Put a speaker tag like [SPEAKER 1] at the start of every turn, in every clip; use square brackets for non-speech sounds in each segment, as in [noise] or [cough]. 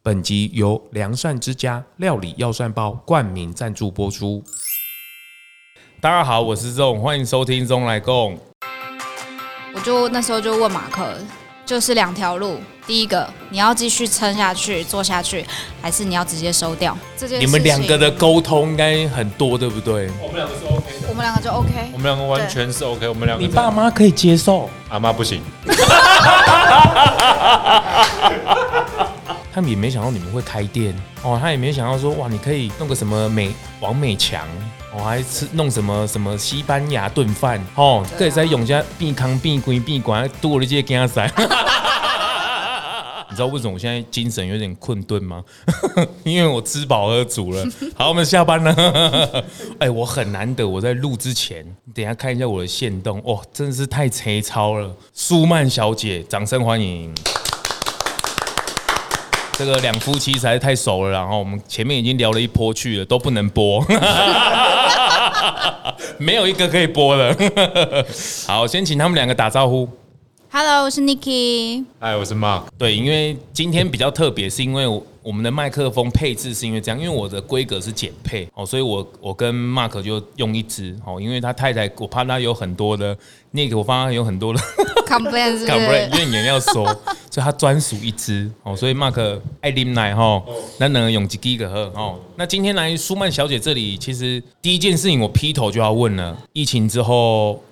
[SPEAKER 1] 本集由良善之家料理药膳包冠名赞助播出。
[SPEAKER 2] 大家好，我是钟，欢迎收听钟来共。
[SPEAKER 3] 我就那时候就问马克，就是两条路，第一个你要继续撑下去做下去，还是你要直接收掉这件事
[SPEAKER 2] 你
[SPEAKER 3] 情？
[SPEAKER 2] 们两个的沟通应该很多，对不对？
[SPEAKER 4] 我们两个是 OK 的，
[SPEAKER 3] 我们两个就 OK
[SPEAKER 4] 我。们两个完全是 OK，我们两个
[SPEAKER 2] 你爸妈可以接受，
[SPEAKER 4] 阿妈不行，
[SPEAKER 2] 他们也没想到你们会开店哦，他也没想到说哇，你可以弄个什么美王美强。哦，还吃弄什么什么西班牙炖饭哦，可以在永嘉避康避规避管多了这些干塞。 [laughs] 你知道为什么我现在精神有点困顿吗？ [laughs] 因为我吃饱喝足了。好，我们下班了。 [laughs] 哎、我很难得，我在录之前，你等一下看一下我的线动，哇、真的是太贼超了！舒曼小姐，掌声欢迎。这个两夫妻实在太熟了啦，然后我们前面已经聊了一波去了，都不能播， [laughs] 没有一个可以播的。 [laughs] 好，先请他们两个打招呼。
[SPEAKER 3] Hello，我是 Niki。
[SPEAKER 4] 哎，我是 Mark，
[SPEAKER 2] 对，因为今天比较特别，是因为我我们的麦克风配置是因为这样，因为我的规格是减配哦，所以我我跟 Mark 就用一支哦，因为他太太我怕他有很多的那个，我怕他有很多的
[SPEAKER 3] Complain 是不
[SPEAKER 2] c o m p l a i
[SPEAKER 3] 是
[SPEAKER 2] n？怨言要说，所以他专属一支哦，所以 Mark 爱啉奶哈，那能永吉第一个喝哦。那今天来舒曼小姐这里，其实第一件事情我劈头就要问了，疫情之后。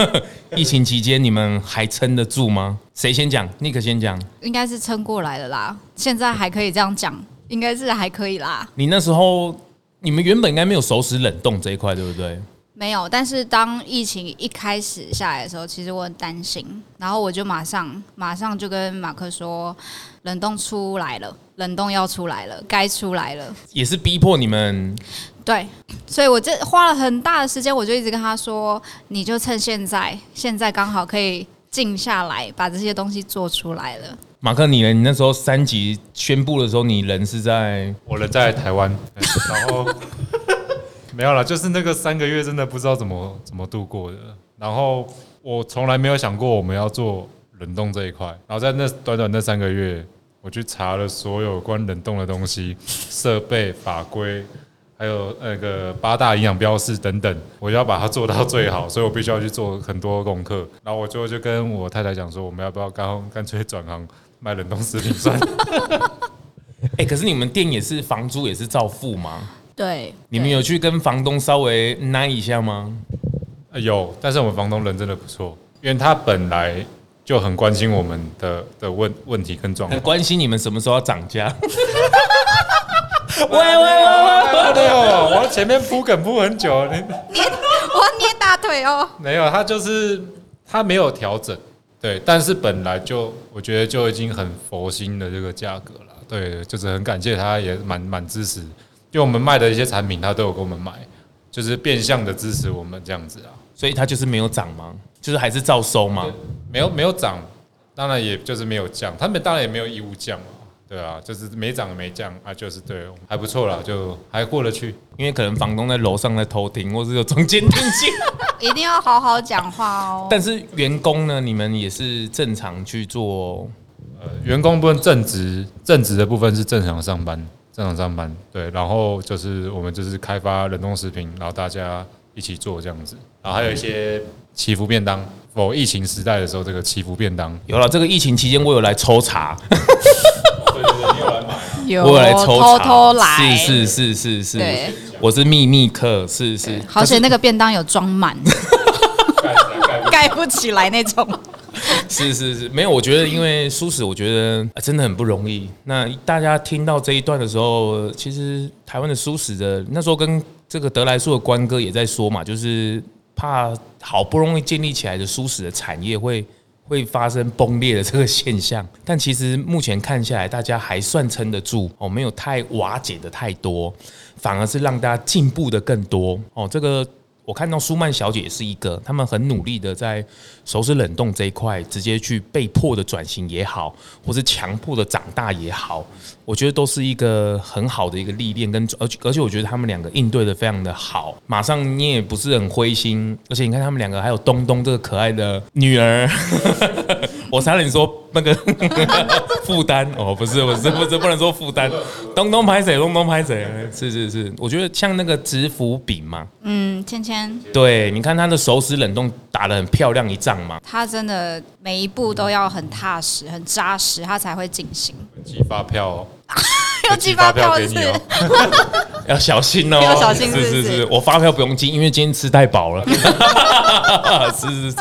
[SPEAKER 2] [laughs] 疫情期间你们还撑得住吗？谁先讲？Nick 先讲。
[SPEAKER 3] 应该是撑过来了啦，现在还可以这样讲，应该是还可以啦。
[SPEAKER 2] 你那时候，你们原本应该没有熟食冷冻这一块，对不对？
[SPEAKER 3] 没有，但是当疫情一开始下来的时候，其实我很担心，然后我就马上马上就跟马克说，冷冻出来了，冷冻要出来了，该出来了。
[SPEAKER 2] 也是逼迫你们，
[SPEAKER 3] 对，所以我这花了很大的时间，我就一直跟他说，你就趁现在，现在刚好可以静下来，把这些东西做出来了。
[SPEAKER 2] 马克你呢？你那时候三级宣布的时候，你人是在
[SPEAKER 4] 我人在台湾，哎然后没有啦，就是那个三个月真的不知道怎么怎么度过的，然后我从来没有想过我们要做冷冻这一块，然后在那短短那三个月，我去查了所有关冷冻的东西、设备、法规。还有那个八大营养标示等等，我要把它做到最好，所以我必须要去做很多功课。然后我就就跟我太太讲说，我们要不要干干脆转行卖冷冻食品算了？
[SPEAKER 2] 哎、可是你们店也是房租也是照付吗？
[SPEAKER 3] 对，
[SPEAKER 2] 你们有去跟房东稍微拉一下吗？
[SPEAKER 4] 呃有，但是我们房东人真的不错，因为他本来就很关心我们的的问问题跟状
[SPEAKER 2] 很
[SPEAKER 4] 况。
[SPEAKER 2] 关心你们什么时候要涨价。 [laughs] 喂喂喂喂！
[SPEAKER 4] 对哦，我前面铺梗铺很久，你
[SPEAKER 3] 我要捏 [laughs] 大腿哦。
[SPEAKER 4] 没有，他就是他没有调整，对，但是本来就我觉得就已经很佛心的这个价格了，对，就是很感谢他，也蛮蛮支持，就我们卖的一些产品，他都有给我们买，就是变相的支持我们这样子啊，
[SPEAKER 2] 所以他就是没有涨吗？就是还是照收吗？
[SPEAKER 4] 没有没有涨，当然也就是没有降，他们当然也没有义务降嘛，对啊，就是没涨没降啊，就是对，还不错啦，就还过得去。
[SPEAKER 2] 因为可能房东在楼上在偷听，或是有中间听见。
[SPEAKER 3] 一定要好好讲话哦。
[SPEAKER 2] 但是员工呢，你们也是正常去做
[SPEAKER 4] 呃，员工部分正职，正职的部分是正常上班，正常上班，对，然后就是我们就是开发冷冻食品，然后大家一起做这样子，然后还有一些祈福便当，否疫情时代的时候这个祈福便当，
[SPEAKER 2] 有了这个疫情期间，我有来抽查，
[SPEAKER 3] 有
[SPEAKER 2] 我有来抽查，
[SPEAKER 3] 偷偷来，
[SPEAKER 2] 是是是是是
[SPEAKER 3] 对，
[SPEAKER 2] 我是秘密客，是是，
[SPEAKER 3] 好险那个便当有装满，盖不起来那种。
[SPEAKER 2] 是是是，没有，我觉得因为舒适，我觉得、呃真的很不容易。那大家听到这一段的时候，其实台湾的舒适的那时候跟这个德莱树的关哥也在说嘛，就是怕好不容易建立起来的舒适的产业会 [laughs] 会发生崩裂的这个现象。但其实目前看下来，大家还算撑得住哦，没有太瓦解的太多，反而是让大家进步的更多哦。这个我看到舒曼小姐也是一个，他们很努力的在熟食冷冻这一块，直接去被迫的转型也好，或是强迫的长大也好，我觉得都是一个很好的一个历练跟，而且而且我觉得他们两个应对的非常的好，马上你也不是很灰心，而且你看他们两个还有东东这个可爱的女儿， [laughs] 我差点说那个 [laughs] 负担哦，不是不是不是不能说负担，东东拍谁，东东拍谁，是是是，我觉得像那个直服饼嘛，
[SPEAKER 3] 嗯，芊芊
[SPEAKER 2] 对，你看他的手指冷冻打得很漂亮一仗嘛，
[SPEAKER 3] 她真的每一步都要很踏实、很扎实，她才会进行。
[SPEAKER 4] 寄发票哦，
[SPEAKER 3] 要寄发票
[SPEAKER 4] 寄给你哦
[SPEAKER 3] 是。
[SPEAKER 2] 要小心哦，
[SPEAKER 3] 要小心
[SPEAKER 2] 是
[SPEAKER 3] 是
[SPEAKER 2] 是
[SPEAKER 3] 不
[SPEAKER 2] 是
[SPEAKER 3] 是
[SPEAKER 2] 我发票不用寄，因为今天吃太饱
[SPEAKER 3] [laughs]
[SPEAKER 2] 了， [laughs] 是是是。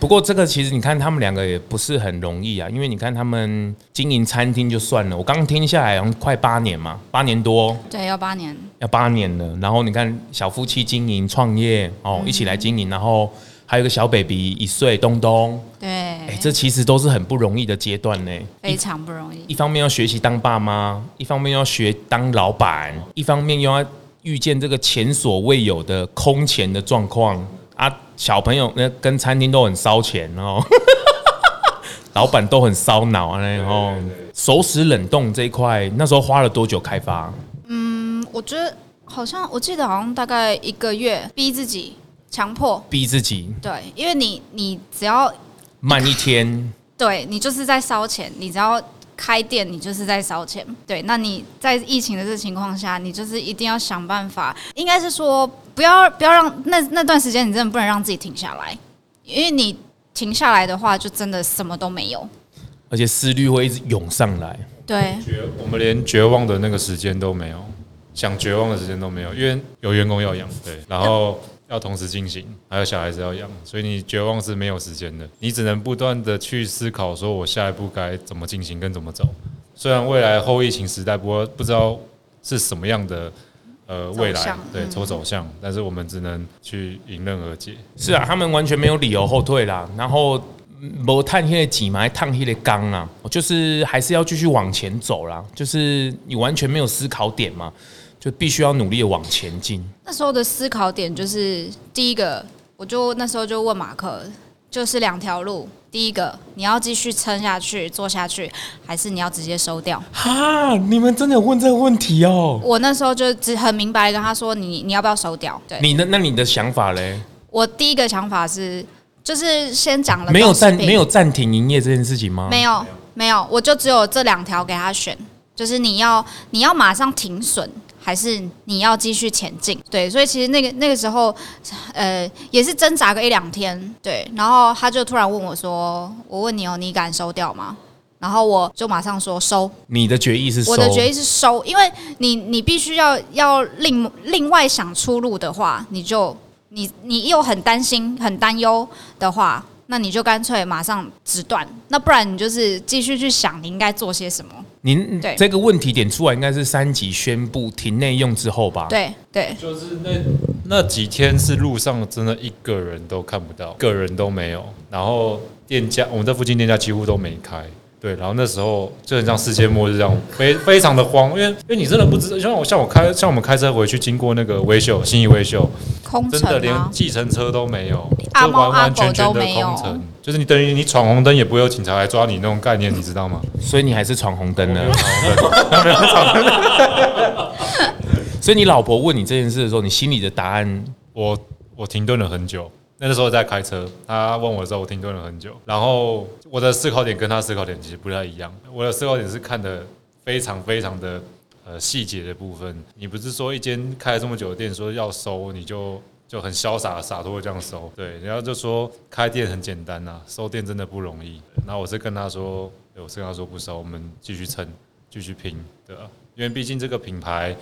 [SPEAKER 2] 不过这个其实你看他们两个也不是很容易啊，因为你看他们经营餐厅就算了，我刚听下来好像快八年嘛，八年多
[SPEAKER 3] 对，幺八年，
[SPEAKER 2] 要八年了。然后你看小夫妻经营创业哦，
[SPEAKER 3] 嗯
[SPEAKER 2] 一起来经营，然后还有一个小 baby 一岁东东，哎、
[SPEAKER 3] 对，
[SPEAKER 2] 这其实都是很不容易的阶段呢。
[SPEAKER 3] 非常不容易。
[SPEAKER 2] 一方面要学习当爸妈，一方面要学当老板，一方面又要遇见这个前所未有的空前的状况啊！小朋友那跟餐厅都很烧钱哦， [laughs] 老板都很烧脑啊，然后熟食冷冻这一块，那时候花了多久开发？
[SPEAKER 3] 嗯，我觉得好像我记得好像大概一个月，逼自己强迫，
[SPEAKER 2] 逼自己
[SPEAKER 3] 对，因为你你只要
[SPEAKER 2] 慢一天，
[SPEAKER 3] 对你就是在烧钱，你只要开店，你就是在烧钱。对，那你在疫情的这情况下，你就是一定要想办法，应该是说不要不要让那那段时间你真的不能让自己停下来，因为你停下来的话，就真的什么都没有。
[SPEAKER 2] 而且思虑会一直涌上来。
[SPEAKER 3] 对，
[SPEAKER 4] 绝我们连绝望的那个时间都没有，想绝望的时间都没有，因为有员工要养，对，然后要同时进行，还有小孩子要养，所以你绝望是没有时间的，你只能不断的去思考，说我下一步该怎么进行跟怎么走。虽然未来后疫情时代，不过不知道是什么样的呃未
[SPEAKER 3] 走
[SPEAKER 4] 来
[SPEAKER 3] 向嗯
[SPEAKER 4] 对走走向，但是我们只能去迎刃而解。
[SPEAKER 2] 是啊，他们完全没有理由后退啦。然后没探黑的挤嘛，还探黑的缸啊，就是还是要继续往前走啦。就是你完全没有思考点嘛，就必须要努力的往前进。
[SPEAKER 3] 那时候的思考点就是第一个，我就那时候就问马克，就是两条路，第一个你要继续撑下去做下去，还是你要直接收掉？
[SPEAKER 2] 哈，你们真的有问这个问题哦？
[SPEAKER 3] 我那时候就只很明白地跟他说，你你要不要收掉？对
[SPEAKER 2] 你的那你的想法嘞？
[SPEAKER 3] 我第一个想法是，就是先讲了
[SPEAKER 2] 没有
[SPEAKER 3] 冻食
[SPEAKER 2] 暂
[SPEAKER 3] 品
[SPEAKER 2] 没有暂停营业这件事情吗？
[SPEAKER 3] 没有没有，我就只有这两条给他选，就是你要你要马上停损，还是你要继续前进？对，所以其实那个那个时候，呃，也是挣扎个一两天，对，然后他就突然问我说：“我问你哦，你敢收掉吗？”然后我就马上说收，
[SPEAKER 2] 你的决议是收
[SPEAKER 3] 我的决议是收，因为你你必须要要另另外想出路的话，你就你你又很担心很担忧的话，那你就干脆马上止断，那不然你就是继续去想你应该做些什么。
[SPEAKER 2] 您
[SPEAKER 3] 对
[SPEAKER 2] 这个问题点出来应该是三级宣布停内用之后吧？，
[SPEAKER 3] 对对
[SPEAKER 4] 就是那那几天是路上真的一个人都看不到，一个人都没有。然后店家，我们这附近店家几乎都没开。对，然后那时候就很像世界末日这样，非非常的慌，因为因为你真的不知道，像我像我开像我们开车回去，经过那个维修新义维修，
[SPEAKER 3] 空
[SPEAKER 4] 真的
[SPEAKER 3] 城啊
[SPEAKER 4] 连
[SPEAKER 3] 吗？
[SPEAKER 4] 计程车都没有，
[SPEAKER 3] 阿
[SPEAKER 4] 就完
[SPEAKER 3] 猫阿
[SPEAKER 4] 完
[SPEAKER 3] 狗
[SPEAKER 4] 全全
[SPEAKER 3] 都
[SPEAKER 4] 的
[SPEAKER 3] 没有
[SPEAKER 4] 空城，就是你等于你闯红灯也不会有警察来抓你那种概念，你知道吗？
[SPEAKER 2] 所以你还是闯红灯了。
[SPEAKER 4] 没有闯红灯，
[SPEAKER 2] [laughs] 所以你老婆问你这件事的时候，你心里的答案
[SPEAKER 4] 我我停顿了很久。那个时候在开车，他问我的时候，我停顿了很久。然后我的思考点跟他思考点其实不太一样。我的思考点是看的非常非常的呃细节的部分。你不是说一间开了这么久的店，说要收你就就很潇洒洒脱地这样收，对，然后就说开店很简单呐、收店真的不容易。然后我是跟他说，对我是跟他说不收，我们继续撑，继续拼，对吧、因为毕竟这个品牌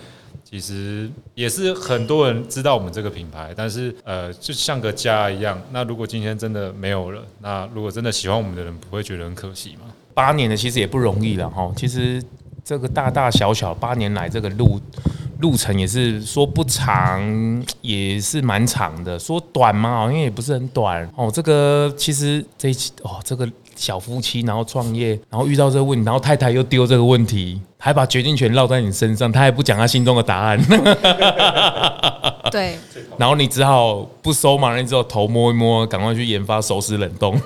[SPEAKER 4] 其实也是很多人知道我们这个品牌，但是呃，就像个家一样。那如果今天真的没有了，那如果真的喜欢我们的人，不会觉得很可惜吗？
[SPEAKER 2] 八年的其实也不容易了哈。其实这个大大小小八年来这个路路程也是说不长，也是蛮长的；说短嘛，好像也不是很短哦。这个其实这一期哦，这个小夫妻然后创业，然后遇到这个问题，然后太太又丢这个问题，还把决定权落在你身上，他还不讲他心中的答案，
[SPEAKER 3] 对，
[SPEAKER 2] 然后你只好不收嘛，你只好头摸一摸，赶快去研发熟食冷
[SPEAKER 3] [laughs]
[SPEAKER 2] 冻。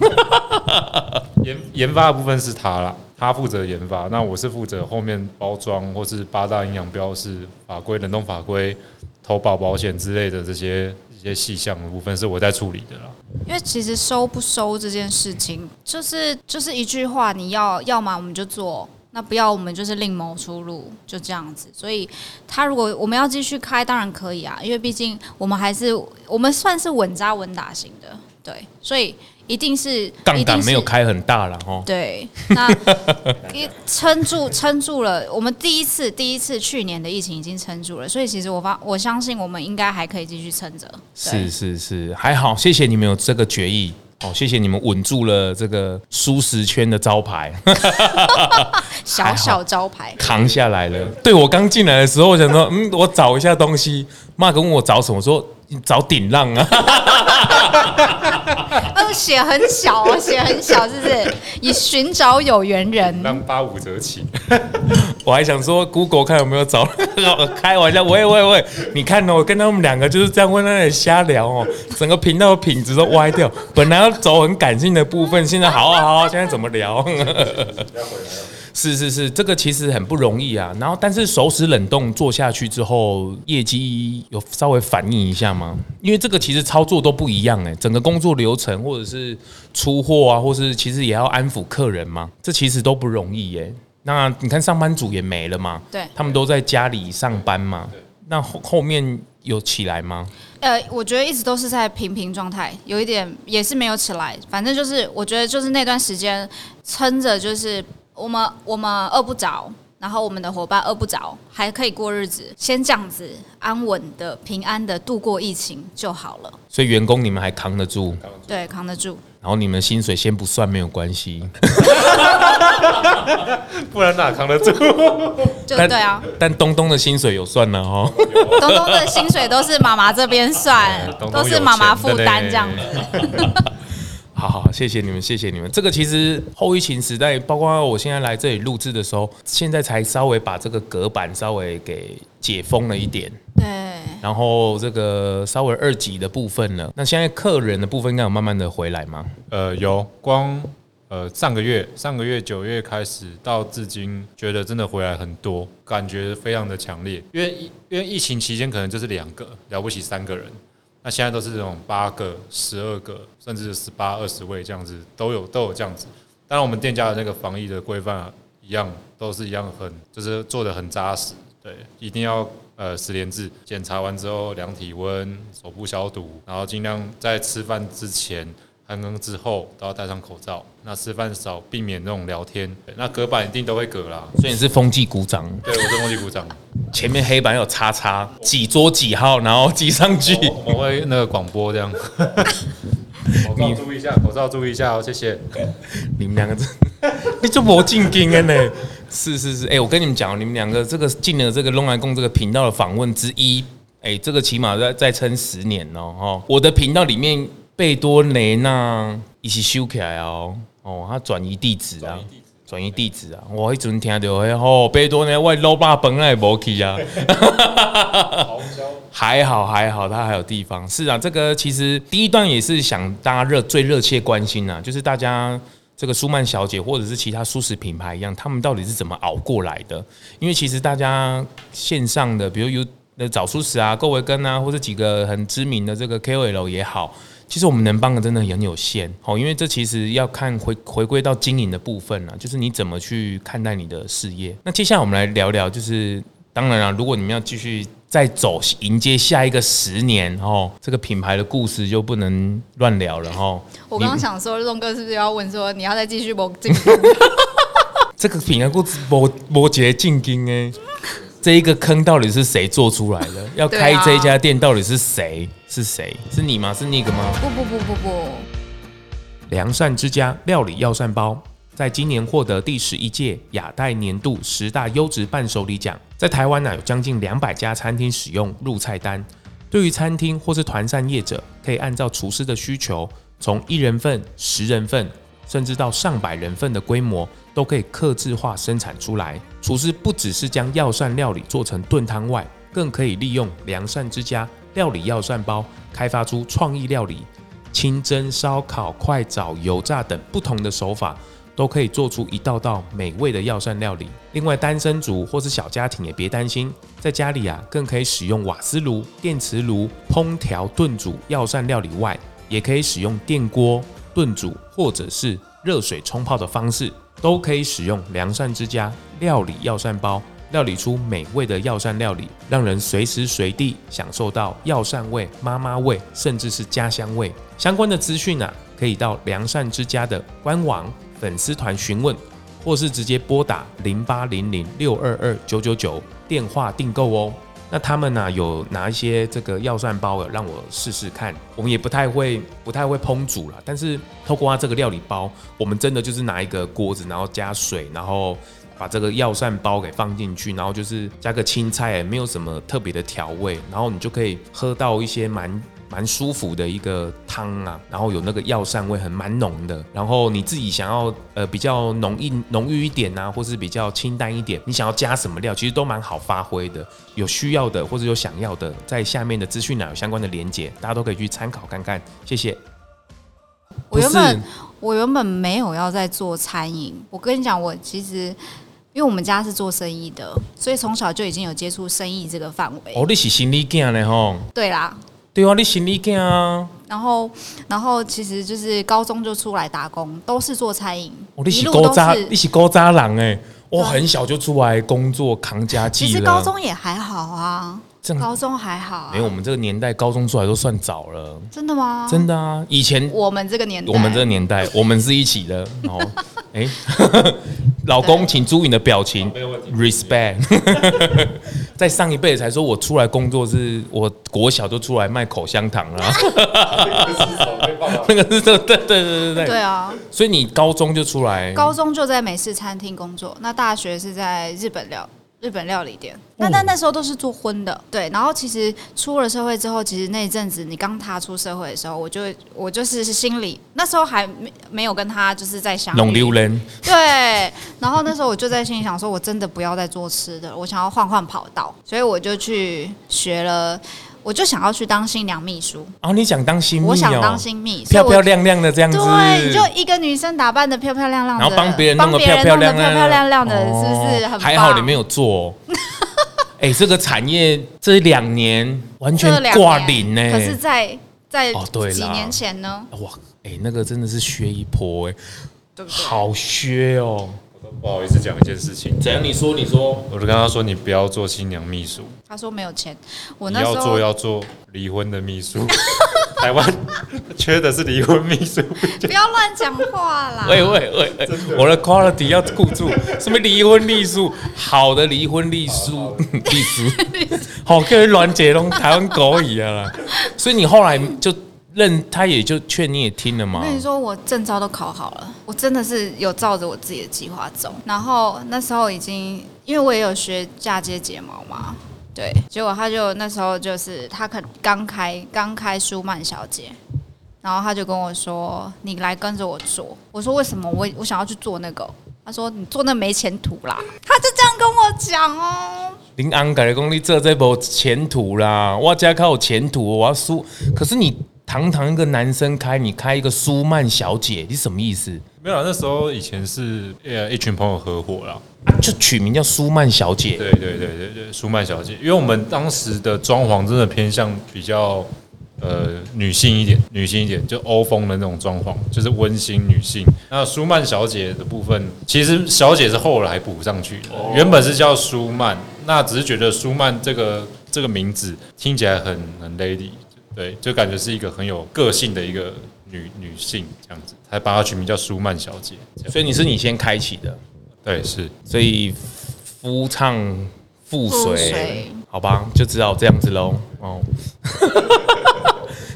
[SPEAKER 4] 研研发的部分是他啦，他负责研发，那我是负责后面包装或是八大营养标示法规、冷冻法规，投保保险之类的这些一些细项的部分是我在处理的啦。
[SPEAKER 3] 因为其实收不收这件事情，就是就是一句话，你要要么我们就做，那不要我们就是另谋出路，就这样子。所以他如果我们要继续开，当然可以啊，因为毕竟我们还是我们算是稳扎稳打型的，对，所以一定是
[SPEAKER 2] 杠
[SPEAKER 3] 一定
[SPEAKER 2] 杆
[SPEAKER 3] 是
[SPEAKER 2] 没有开很大了哦。
[SPEAKER 3] 对，那 [laughs] 一撑住撑住了。我们第一次第一次去年的疫情已经撑住了，所以其实我发我相信我们应该还可以继续撑着。对
[SPEAKER 2] 是是是，还好，谢谢你们有这个决议。哦，谢谢你们稳住了这个舒适圈的招
[SPEAKER 3] [laughs]
[SPEAKER 2] 牌，
[SPEAKER 3] 小小招牌，
[SPEAKER 2] 扛下来了。对我刚进来的时候，我想说，嗯，我找一下东西。妈跟我找什么？我说你找顶浪啊。
[SPEAKER 3] [laughs] 哦，写很小哦，写很小，是不是？以寻找有缘人，
[SPEAKER 4] 让八五折起， [laughs]
[SPEAKER 2] 我还想说 Google 看有没有找， [laughs] 开玩笑，喂喂喂，你看哦，我跟他们两个就是这样问那里瞎聊哦，整个频道的品质都歪掉。本来要走很感性的部分，现在好啊好啊，现在怎么聊？是是是，这个其实很不容易啊。然后，但是熟食冷冻做下去之后，业绩有稍微反映一下吗？因为这个其实操作都不一样哎、整个工作流程或者是出货啊，或是其实也要安抚客人嘛，这其实都不容易耶、那你看上班族也没了嘛，
[SPEAKER 3] 对
[SPEAKER 2] 他们都在家里上班嘛，那后后面有起来吗？
[SPEAKER 3] 呃，我觉得一直都是在平平状态，有一点也是没有起来。反正就是，我觉得就是那段时间撑着，就是我们我们饿不着，然后我们的伙伴饿不着，还可以过日子，先这样子安稳的、平安的度过疫情就好了。
[SPEAKER 2] 所以员工你们还扛得住，
[SPEAKER 3] 对，扛得住。
[SPEAKER 2] 然后你们薪水先不算没有关系，
[SPEAKER 4] 不然哪扛得住？
[SPEAKER 3] 就
[SPEAKER 2] 但
[SPEAKER 3] 对啊，
[SPEAKER 2] 但东东的薪水有算了哦。
[SPEAKER 3] 东东的薪水都是妈妈这边算
[SPEAKER 4] [laughs] ，东东
[SPEAKER 3] 都
[SPEAKER 4] 有
[SPEAKER 3] 是妈妈
[SPEAKER 4] 钱
[SPEAKER 3] 负
[SPEAKER 4] 的
[SPEAKER 3] 担
[SPEAKER 4] 嘞
[SPEAKER 3] 这样子。
[SPEAKER 2] 好好，好谢谢你们，谢谢你们。这个其实后疫情时代，包括我现在来这里录制的时候，现在才稍微把这个隔板稍微给解封了一点，
[SPEAKER 3] 对，
[SPEAKER 2] 然后这个稍微二级的部分呢，那现在客人的部分应该有慢慢的回来吗？
[SPEAKER 4] 呃，有光呃上个月上个月九月开始到至今，觉得真的回来很多，感觉非常的强烈。因为疫因为疫情期间可能就是两个了不起三个人，那现在都是这种八个、十二个，甚至十八、二十位这样子都有都有这样子。当然，我们店家的那个防疫的规范啊一样都是一样很就是做的很扎实，对，一定要。呃，十连制检查完之后量体温、手部消毒，然后尽量在吃饭之前韩庚之后都要戴上口罩，那吃饭少，避免那种聊天。对那隔板一定都会隔啦。
[SPEAKER 2] 所以你是风纪股长，
[SPEAKER 4] 对，我是忘记鼓掌。
[SPEAKER 2] 前面黑板有叉叉，几桌几号，然后记上去。
[SPEAKER 4] 我们会那个广播这样。 [laughs] 口罩注意一下，口罩注意一下哦，谢谢。
[SPEAKER 2] 你们两个真， [laughs] 你就没进京的呢？是是是，哎、我跟你们讲，你们两个这个进了这个龙来共这个频道的访问之一，哎、这个起码再再撑十年哦。哦，我的频道里面贝多雷纳一起修起来哦，哦，他转移地址啊。转移地址啊！我迄阵听到迄吼，贝多呢，我老爸本来无去啊。还好还好，它还有地方。是啊，这个其实第一段也是想大家热最热切关心啊，就是大家这个舒曼小姐或者是其他舒适品牌一样，他们到底是怎么熬过来的？因为其实大家线上的，比如有呃找舒适啊、购维根啊，或者几个很知名的这个 KOL 也好。其实我们能帮的真的很有限，好，因为这其实要看回回归到经营的部分啊，就是你怎么去看待你的事业。那接下来我们来聊聊，就是当然了、啊如果你们要继续再走迎接下一个十年哦，这个品牌的故事就不能乱聊了哦。
[SPEAKER 3] 我刚刚
[SPEAKER 2] 你
[SPEAKER 3] 想说，龙哥是不是要问说，你要再继续猛进？
[SPEAKER 2] [laughs] 这个品牌故事摩摩羯进京哎，这一个坑到底是谁做出来的？要
[SPEAKER 3] 对
[SPEAKER 2] 开
[SPEAKER 3] 啊
[SPEAKER 2] 这一家店到底是谁？是谁？是你吗？是 Nick 吗？
[SPEAKER 3] 不不不不不，
[SPEAKER 1] 良善之家料理药膳包，在今年获得第十一届亚太年度十大优质伴手礼奖。在台湾呢、啊有将近两百家餐厅使用入菜单。对于餐厅或是团膳业者，可以按照厨师的需求，从一人份、十人份，甚至到上百人份的规模，都可以客制化生产出来。厨师不只是将药膳料理做成炖汤外，更可以利用良善之家料理药膳包，开发出创意料理，清蒸、烧烤、快炒、油炸等不同的手法，都可以做出一道道美味的药膳料理。另外，单身族或是小家庭也别担心，在家里啊，更可以使用瓦斯炉、电磁炉烹调炖煮药膳料理外，也可以使用电锅炖煮或者是热水冲泡的方式，都可以使用良膳之家料理药膳包，料理出美味的药膳料理，让人随时随地享受到药膳味、妈妈味，甚至是家乡味。相关的资讯啊，可以到良膳之家的官网、粉丝团询问，或是直接拨打零八零零六二二九九九电话订购哦。那他们呢、有拿一些这个药膳包的让我试试看，我们也不太会不太会烹煮啦，但是透过它这个料理包，我们真的就是拿一个锅子，然后加水，然后把这个药膳包给放进去，然后就是加个青菜，也没有什么特别的调味，然后你就可以喝到一些蛮。蛮舒服的一个汤啊，然后有那个药膳味很蛮浓的，然后你自己想要呃比较浓郁浓郁一点啊，或是比较清淡一点，你想要加什么料，其实都蛮好发挥的。有需要的或者有想要的，在下面的资讯栏有相关的连接，大家都可以去参考看看。谢谢。
[SPEAKER 3] 我原
[SPEAKER 2] 不
[SPEAKER 3] 本
[SPEAKER 2] 是
[SPEAKER 3] 我原本没有要在做餐饮，我跟你讲，我其实因为我们家是做生意的，所以从小就已经有接触生意这个范围。
[SPEAKER 2] 哦，你是心理囝呢吼？
[SPEAKER 3] 对啦，
[SPEAKER 2] 对啊，你心理囝啊，
[SPEAKER 3] 然后然后其实就是高中就出来打工，都是做餐饮，
[SPEAKER 2] 哦，你
[SPEAKER 3] 一
[SPEAKER 2] 是
[SPEAKER 3] 路
[SPEAKER 2] 高
[SPEAKER 3] 都
[SPEAKER 2] 渣，
[SPEAKER 3] 是
[SPEAKER 2] 你。是高渣人哎！我
[SPEAKER 1] 哦
[SPEAKER 3] 对啊
[SPEAKER 2] 很小就出来工作扛家
[SPEAKER 3] 其
[SPEAKER 2] 计
[SPEAKER 3] 实
[SPEAKER 2] 了。
[SPEAKER 3] 高中也还好啊，
[SPEAKER 2] 这样
[SPEAKER 3] 高中还好、啊。
[SPEAKER 2] 没有，我们这个年代高中出来都算早了，
[SPEAKER 3] 真的吗？
[SPEAKER 2] 真的啊！以前
[SPEAKER 3] 我们这个年代，
[SPEAKER 2] 我们这个年代，我们是一起的。哦，哎， [laughs] 老公，请注意你的表情
[SPEAKER 4] 没有问题
[SPEAKER 2] ，respect。在上一辈才说我出来工作是，我国小就出来卖口香糖
[SPEAKER 3] [laughs]
[SPEAKER 2] 啦，那个是对对对对对
[SPEAKER 3] 对
[SPEAKER 2] 对。
[SPEAKER 3] 啊，
[SPEAKER 2] 所以你高中就出来，
[SPEAKER 3] 高中就在美式餐厅工作，那大学是在日本料日本料理店。那但那时候都是做荤的，对。然后其实出了社会之后，其实那一阵子你刚踏出社会的时候，我就我就是心里那时候还没没有跟他就是在想
[SPEAKER 2] 弄榴莲，
[SPEAKER 3] 对，然后那时候我就在心里想说，我真的不要再做吃的了，我想要换换跑道，所以我就去学了，我就想要去当新娘秘书，
[SPEAKER 2] 然啊后你想当新
[SPEAKER 3] 我
[SPEAKER 2] 密
[SPEAKER 3] 想当
[SPEAKER 2] 哦，
[SPEAKER 3] 新秘，所以
[SPEAKER 2] 漂
[SPEAKER 3] 我
[SPEAKER 2] 漂亮亮的这样子，
[SPEAKER 3] 对，你就一个女生打扮的漂漂亮亮的，
[SPEAKER 2] 然后帮别人弄
[SPEAKER 3] 帮
[SPEAKER 2] 得
[SPEAKER 3] 别
[SPEAKER 2] 漂
[SPEAKER 3] 人
[SPEAKER 2] 漂
[SPEAKER 3] 弄得
[SPEAKER 2] 亮
[SPEAKER 3] 漂漂亮亮的，是不是
[SPEAKER 2] 哦
[SPEAKER 3] 很棒？
[SPEAKER 2] 还好你没有做
[SPEAKER 3] [laughs]
[SPEAKER 2] 哦。哎、这个产业这两年完全
[SPEAKER 3] 这两
[SPEAKER 2] 挂
[SPEAKER 3] 年
[SPEAKER 2] 零呢、
[SPEAKER 3] 可是在，在
[SPEAKER 2] 哦对啦
[SPEAKER 3] 几年前呢，
[SPEAKER 2] 哇，哎、那个真的是削一波哎、
[SPEAKER 3] 对不对？
[SPEAKER 2] 好削哦。
[SPEAKER 4] 不好意思讲一件事情，
[SPEAKER 2] 怎样？你说，你说，
[SPEAKER 4] 我就跟他说你不要做新娘秘书，
[SPEAKER 3] 他说没有钱，我
[SPEAKER 4] 你
[SPEAKER 3] 那时
[SPEAKER 4] 要做
[SPEAKER 3] 候
[SPEAKER 4] 要做离婚的秘书。 [laughs] 台湾缺的是离婚秘书，
[SPEAKER 3] 不要乱讲话啦。
[SPEAKER 2] 喂喂喂，喂我的 quality 要顾住，什么离婚秘书，好的离婚秘 [laughs] 书，秘书，好，各位阮杰龙，台湾狗一样啦。所以你后来就认，他也就劝你也听了嘛。
[SPEAKER 3] 我跟你说，我证照都考好了，我真的是有照着我自己的计划走。然后那时候已经，因为我也有学嫁接睫毛嘛，对。结果他就那时候就是他可刚开刚开舒曼小姐，然后他就跟我说：“你来跟着我做。”我说：“为什么我我想要去做那个？”他说：“你做那没前途啦。”他就这样跟我讲哦。
[SPEAKER 2] 林安改的功力这这波前途啦，我家靠有前途，我要输。可是你堂堂一个男生开，你开一个舒曼小姐，你什么意思？
[SPEAKER 4] 没有啦，那时候以前是呃一群朋友合伙啦，
[SPEAKER 2] 啊就取名叫舒曼小姐，
[SPEAKER 4] 对对对对对，舒曼小姐，因为我们当时的装潢真的偏向比较呃女性一点，女性一点，就欧风的那种装潢，就是温馨女性。那舒曼小姐的部分，其实小姐是后来补上去的，原本是叫舒曼，那只是觉得舒曼这个这个名字听起来很很 lady，对，就感觉是一个很有个性的一个女女性这样子，才把它取名叫舒曼小姐。这样
[SPEAKER 2] 所以你是你先开启的，
[SPEAKER 4] 对，是
[SPEAKER 2] 所以夫唱妇
[SPEAKER 3] 妇
[SPEAKER 2] 随
[SPEAKER 3] 随，
[SPEAKER 2] 好吧，就只好这样子喽。哦， [laughs]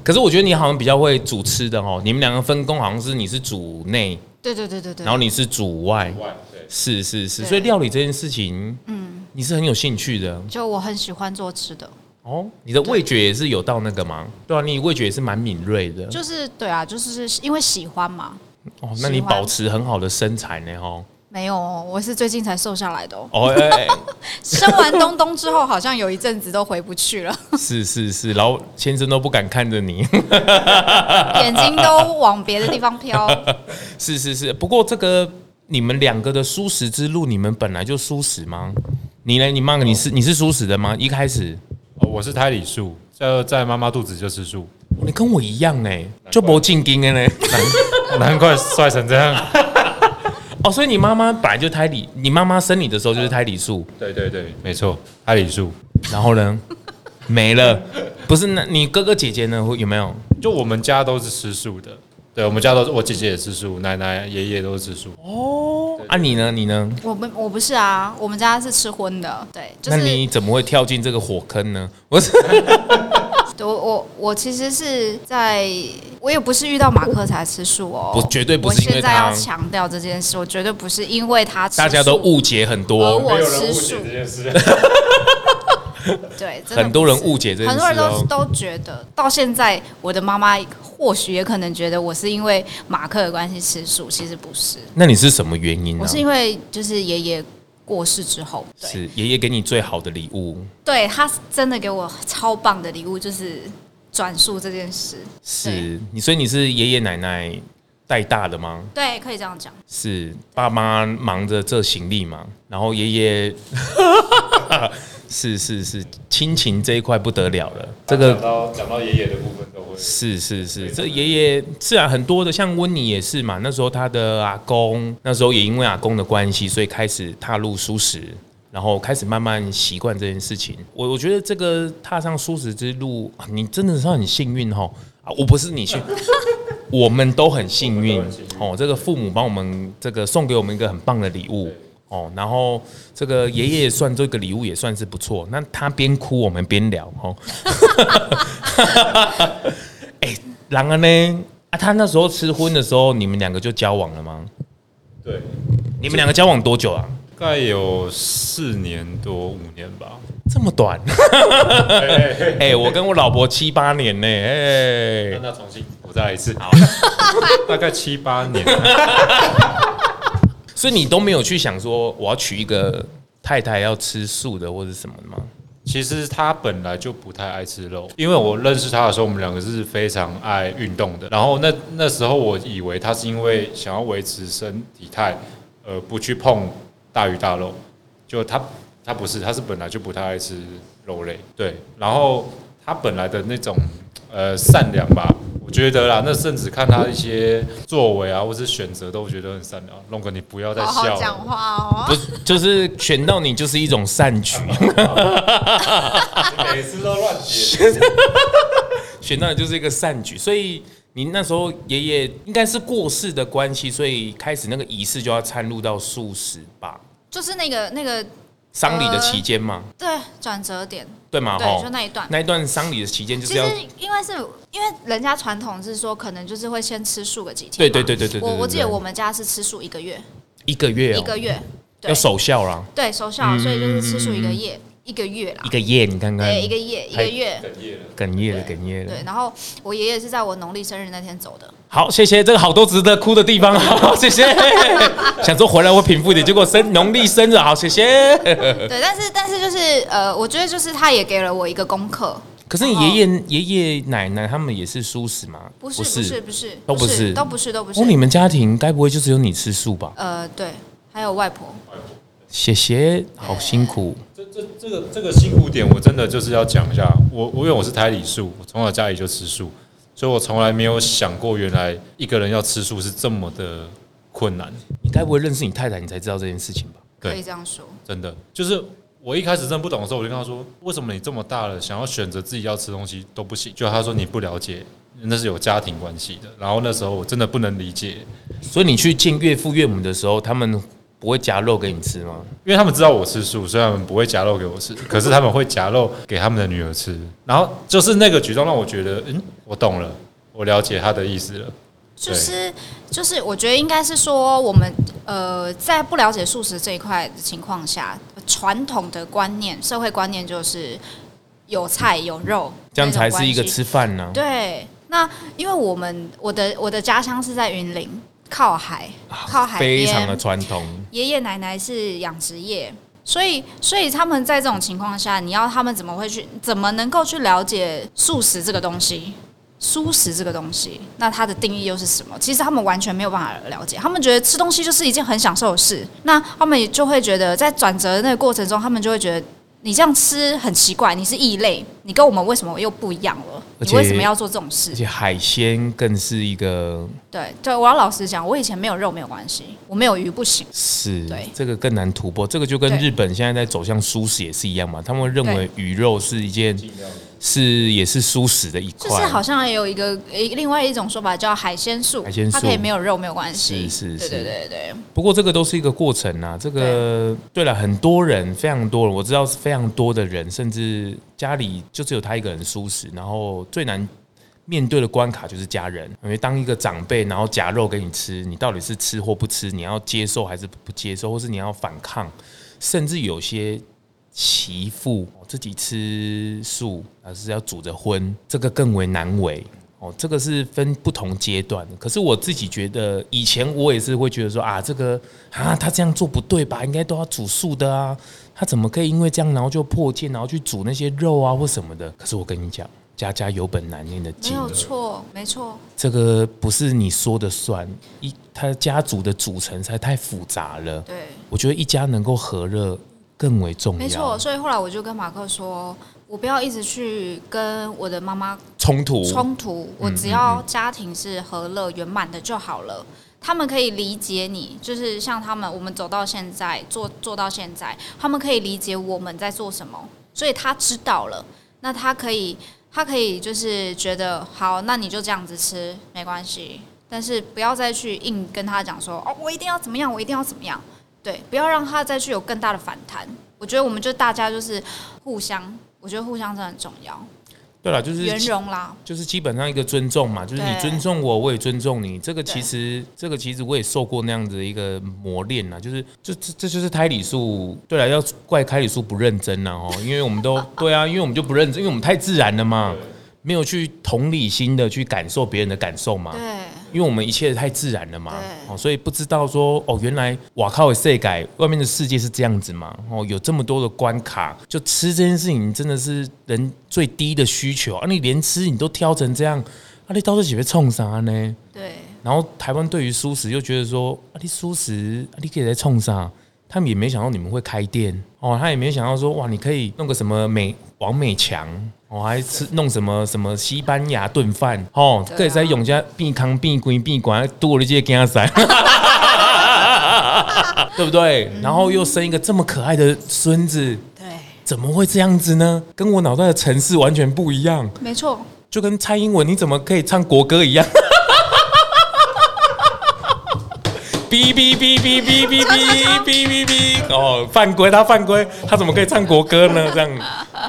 [SPEAKER 2] 可是我觉得你好像比较会煮吃的哦，你们两个分工好像是你是主内，
[SPEAKER 3] 对对对对对。
[SPEAKER 2] 然后你是主外，
[SPEAKER 4] 对。
[SPEAKER 2] 是是是，
[SPEAKER 3] 对
[SPEAKER 2] 所以料理这件事情，嗯，你是很有兴趣的。
[SPEAKER 3] 就我很喜欢做吃的，
[SPEAKER 2] 哦，你的味觉也是有到那个吗？对啊，你味觉也是蛮敏锐的。
[SPEAKER 3] 就是对啊，就是因为喜欢嘛。
[SPEAKER 2] 哦，那你
[SPEAKER 3] 喜欢
[SPEAKER 2] 保持很好的身材呢？哦，
[SPEAKER 3] 没有哦，我是最近才瘦下来的哦。
[SPEAKER 2] 哦，哎、哎哎
[SPEAKER 3] 生完东东之后，好像有一阵子都回不
[SPEAKER 2] [laughs]
[SPEAKER 3] 去了，
[SPEAKER 2] 是是是，老先生都不敢看着你。 [laughs]
[SPEAKER 3] 眼睛都往别的地方飘。
[SPEAKER 2] 是是是，不过这个你们两个的舒适之路，你们本来就舒适吗？你呢？你妈个你是你是舒适的吗？一开始
[SPEAKER 4] 哦我是胎里素，在在妈妈肚子就吃素，
[SPEAKER 2] 哦你跟我一样呢、欸就没进京的呢。 [laughs]
[SPEAKER 4] 难怪帅成这样。
[SPEAKER 2] 哦，所以你妈妈本来就胎里，你妈妈生你的时候就是胎里素，
[SPEAKER 4] [laughs] 对对对，没错，胎里素。
[SPEAKER 2] 然后呢，没了。不是，那你哥哥姐姐呢？会有没有？
[SPEAKER 4] 就我们家都是吃素的，对我们家都是我姐姐也吃素，奶奶爷爷都是吃素。
[SPEAKER 2] 啊，你呢？你呢？
[SPEAKER 3] 我不我不是啊，我们家是吃荤的，对，就
[SPEAKER 2] 那
[SPEAKER 3] 是
[SPEAKER 2] 你怎么会跳进这个火坑呢？我
[SPEAKER 3] [laughs]
[SPEAKER 2] 是
[SPEAKER 3] 我我我其实是在，我也不是遇到马克才吃素哦，
[SPEAKER 2] 不绝对不是因为
[SPEAKER 3] 我现在
[SPEAKER 2] 他
[SPEAKER 3] 要强调这件事，我绝对不是因为他吃素，
[SPEAKER 2] 大家都误解很
[SPEAKER 3] 而
[SPEAKER 2] 多，
[SPEAKER 3] 哦我
[SPEAKER 4] 没有人
[SPEAKER 3] 吃
[SPEAKER 4] 误
[SPEAKER 3] 素
[SPEAKER 4] 解，这件事， [laughs]
[SPEAKER 3] 对，真的不是
[SPEAKER 2] 很多人误解这件
[SPEAKER 3] 很
[SPEAKER 2] 事
[SPEAKER 3] 多人
[SPEAKER 2] 哦
[SPEAKER 3] 都。都觉得，到现在我的妈妈或许也可能觉得我是因为马克的关系吃素，其实不是，
[SPEAKER 2] 那你是什么原因呢、
[SPEAKER 3] 我是因为就是爷爷过世之后，对，
[SPEAKER 2] 是爷爷给你最好的礼物，
[SPEAKER 3] 对他真的给我超棒的礼物，就是转述这件事，
[SPEAKER 2] 是你，所以你是爷爷奶奶带大的吗？
[SPEAKER 3] 对，可以这样讲，
[SPEAKER 2] 是爸妈忙着这行李嘛，然后爷爷 [laughs] 是是是亲情这一块不得了了，这个
[SPEAKER 4] 讲到讲到爷爷的部分都会。
[SPEAKER 2] 是是是，这爷爷是啊，很多的，像温妮也是嘛。那时候他的阿公，那时候也因为阿公的关系，所以开始踏入舒适，然后开始慢慢习惯这件事情。我我觉得这个踏上舒适之路，啊你真的是很幸运哦。啊，我不是你幸， [laughs] 我们都很幸运哦。这个父母帮我们这个送给我们一个很棒的礼物。哦，然后这个爷爷算这个礼物也算是不错。那他边哭我们边聊哦， [laughs] 然而呢，啊，他那时候吃荤的时候，你们两个就交往了吗？
[SPEAKER 4] 对，
[SPEAKER 2] 你们两个交往多久啊？
[SPEAKER 4] 大概有四年多五年吧。
[SPEAKER 2] 这么短？ [laughs] 哎、我跟我老婆七八年呢、哎、
[SPEAKER 4] 那重新，我再来一次。 [laughs] 好，大概七八年。
[SPEAKER 2] 所以你都没有去想说我要娶一个太太要吃素的或者什么的吗？
[SPEAKER 4] 其实他本来就不太爱吃肉，因为我认识他的时候，我们两个是非常爱运动的。然后那那时候我以为他是因为想要维持身体态，呃，不去碰大鱼大肉。就他他不是，他是本来就不太爱吃肉类。对，然后他本来的那种呃善良吧，我觉得啦，那甚至看他一些作为啊，或是选择，都觉得很善良。龙哥，你不要再
[SPEAKER 3] 好
[SPEAKER 4] 笑了。
[SPEAKER 3] 好讲话哦。
[SPEAKER 2] 不是，就是选到你就是一种善举，
[SPEAKER 4] 每次都乱写。 [laughs]
[SPEAKER 2] 选到你就是一个善举，所以。你那时候爷爷应该是过世的关系，所以开始那个仪式就要掺入到素食吧，
[SPEAKER 3] 就是那个那个
[SPEAKER 2] 丧礼的期间嘛，
[SPEAKER 3] 对转折点，
[SPEAKER 2] 对吗？
[SPEAKER 3] 呃对
[SPEAKER 2] 吼
[SPEAKER 3] 就那一段
[SPEAKER 2] 啊那一段丧礼的期间就
[SPEAKER 3] 其
[SPEAKER 2] 是
[SPEAKER 3] 实
[SPEAKER 2] 要
[SPEAKER 3] 因为是因为人家传统是说，可能就是会先吃素个几天
[SPEAKER 2] 对
[SPEAKER 3] 嘛。
[SPEAKER 2] 对对对对对
[SPEAKER 3] 我我记
[SPEAKER 2] 对
[SPEAKER 3] 得
[SPEAKER 2] 对
[SPEAKER 3] 我们家是吃素一个月，
[SPEAKER 2] 一个月、哦，
[SPEAKER 3] 一个月，对
[SPEAKER 2] 要守孝啦，
[SPEAKER 3] 对守孝，所以就是吃素一个月，一个月啦
[SPEAKER 2] 嗯一，个夜，你看看，
[SPEAKER 3] 对，一个月，一个月。
[SPEAKER 2] 哽咽了，哽咽了。
[SPEAKER 3] 对，然后我爷爷是在我农历生日那天走的，
[SPEAKER 2] 好，谢谢，这个好多值得哭的地方
[SPEAKER 3] [laughs]
[SPEAKER 2] 啊，谢谢。想说回来我平复一点，结果生农历生日，好，谢
[SPEAKER 3] [laughs]
[SPEAKER 2] 谢。
[SPEAKER 3] 对，但是但是就是呃，我觉得就是他也给了我一个功课，
[SPEAKER 2] 可是你爷爷、爷爷奶奶他们也是素食吗？
[SPEAKER 3] 不是不是不是
[SPEAKER 2] 都不是
[SPEAKER 3] 是都不是都不
[SPEAKER 2] 哦，你
[SPEAKER 3] 是，
[SPEAKER 2] 们家庭该不会就只有你吃素吧？
[SPEAKER 3] 呃，对，还有外婆，
[SPEAKER 2] 谢谢，好辛苦。
[SPEAKER 4] 这这这个这个辛苦点，我真的就是要讲一下。我我因为我是胎里素，我从小家里就吃素，所以我从来没有想过，原来一个人要吃素是这么的困难。
[SPEAKER 2] 你该不会认识你太太，你才知道这件事情吧？
[SPEAKER 3] 可以
[SPEAKER 4] 对，
[SPEAKER 3] 这样说，
[SPEAKER 4] 真的就是我一开始真的不懂的时候，我就跟他说，为什么你这么大了，想要选择自己要吃东西都不行？就他说你不了解，那是有家庭关系的。然后那时候我真的不能理解，
[SPEAKER 2] 所以你去见岳父岳母的时候，他们不会夹肉给你吃吗？
[SPEAKER 4] 因为他们知道我吃素，所以他们不会夹肉给我吃，可是他们会夹肉给他们的女儿吃。然后就是那个举动让我觉得，嗯，我懂了，我了解他的意思了。
[SPEAKER 3] 就是就是，我觉得应该是说，我们呃，在不了解素食这一块的情况下，传统的观念、社会观念就是有菜有肉，
[SPEAKER 2] 嗯这样才是一个
[SPEAKER 3] 那种关系
[SPEAKER 2] 吃饭呢、
[SPEAKER 3] 对。那因为我们我的我的家乡是在云林，靠海，靠海
[SPEAKER 2] 啊非常
[SPEAKER 3] 边
[SPEAKER 2] 的，传统。
[SPEAKER 3] 爷爷奶奶是养殖业。所以，所以他们在这种情况下，你要他们怎么会去，怎么能够去了解素食这个东西？素食这个东西，那它的定义又是什么？其实他们完全没有办法了解，他们觉得吃东西就是一件很享受的事，那他们也就会觉得在转折的那个过程中，他们就会觉得你这样吃很奇怪，你是异类，你跟我们为什么又不一样了？
[SPEAKER 2] 而
[SPEAKER 3] 你
[SPEAKER 2] 且
[SPEAKER 3] 为什么要做这种事
[SPEAKER 2] 而？且海鲜更是一个
[SPEAKER 3] 对对，我要老实讲，我以前没有肉没有关系，我没有鱼不行。
[SPEAKER 2] 是
[SPEAKER 3] 对
[SPEAKER 2] 这个更难突破，这个就跟
[SPEAKER 3] 对
[SPEAKER 2] 日本现在在走向素食也是一样嘛，他们会认为
[SPEAKER 3] 对
[SPEAKER 2] 鱼肉是一件是也是素食的一
[SPEAKER 3] 就
[SPEAKER 2] 块
[SPEAKER 3] 是，好像也有一个呃另外一种说法叫海鲜素，
[SPEAKER 2] 海鲜素
[SPEAKER 3] 它可以没有肉没有关系，
[SPEAKER 2] 是是
[SPEAKER 3] 对
[SPEAKER 2] 是
[SPEAKER 3] 对对对，
[SPEAKER 2] 不过这个都是一个过程啊，这个对了，很多人，非常多人，我知道非常多的人，甚至家里就只有他一个人舒适，然后最难面对的关卡就是家人，因为当一个长辈，然后夹肉给你吃，你到底是吃或不吃，你要接受还是不接受，或是你要反抗，甚至有些。媳妇哦自己吃素，还是要煮着荤，这个更为难为。哦，这个是分不同阶段的。可是我自己觉得，以前我也是会觉得说啊，这个啊，他这样做不对吧？应该都要煮素的啊，他怎么可以因为这样，然后就破戒，然后去煮那些肉啊或什么的？可是我跟你讲，家家有本难念的
[SPEAKER 3] 没
[SPEAKER 2] 经，
[SPEAKER 3] 有错，没错，
[SPEAKER 2] 这个不是你说的算，一他家族的组成才太复杂了。
[SPEAKER 3] 对，
[SPEAKER 2] 我觉得一家能够和乐更为嗯重要，
[SPEAKER 3] 没错。所以后来我就跟马克说，我不要一直去跟我的妈妈
[SPEAKER 2] 冲突
[SPEAKER 3] 冲突，我
[SPEAKER 2] 嗯
[SPEAKER 3] 只要家庭是和乐圆满的就好了。他们可以理解你，就是像他们，我们走到现在，做做到现在，他们可以理解我们在做什么，所以他知道了，那他可以，他可以就是觉得好，那你就这样子吃没关系，但是不要再去硬跟他讲说，哦，我一定要怎么样，我一定要怎么样，对，不要让他再去有更大的反弹。我觉得我们就大家就是互相，我觉得互相真的很重要，
[SPEAKER 2] 对了，就是
[SPEAKER 3] 圆融啦，
[SPEAKER 2] 就是基本上一个尊重嘛，就是你
[SPEAKER 3] 对
[SPEAKER 2] 尊重我，我也尊重你。这个
[SPEAKER 3] 对
[SPEAKER 2] 其实，这个其实我也受过那样子的一个磨练啦，就是这这这就是胎里素。对了，要怪胎里素不认真啦哦，因为我们都对啊，因为我们就不认真，因为我们太自然了嘛，没有去同理心的去感受别人的感受嘛。
[SPEAKER 3] 对。
[SPEAKER 2] 因为我们一切太自然了嘛，
[SPEAKER 3] 对
[SPEAKER 2] 哦，所以不知道说哦，原来哇靠，世改外面的世界是这样子嘛，哦，有这么多的关卡，就吃这件事情真的是人最低的需求啊！你连吃你都挑成这样，啊，你到底是被冲啥呢？
[SPEAKER 3] 对，
[SPEAKER 2] 然后台湾对于素食又觉得说，啊，你素食，啊、你可以在冲啥？他们也没想到你们会开店哦，他也没想到说，哇，你可以弄个什么美王美强哦，还吃弄什么什么西班牙炖饭哦，
[SPEAKER 3] 对啊
[SPEAKER 2] 可以在永家避康避规避管多了这些给他塞。 [laughs] 对不对？然后又生一个这么可爱的孙子，
[SPEAKER 3] 对，
[SPEAKER 2] 怎么会这样子呢？跟我脑袋的城市完全不一样。
[SPEAKER 3] 没错，
[SPEAKER 2] 就跟蔡英文你怎么可以唱国歌一样。 [laughs] 哔哔哔哔哔哔哔哔哔哔！哦，犯规，他犯规，他怎么可以唱国歌呢？这样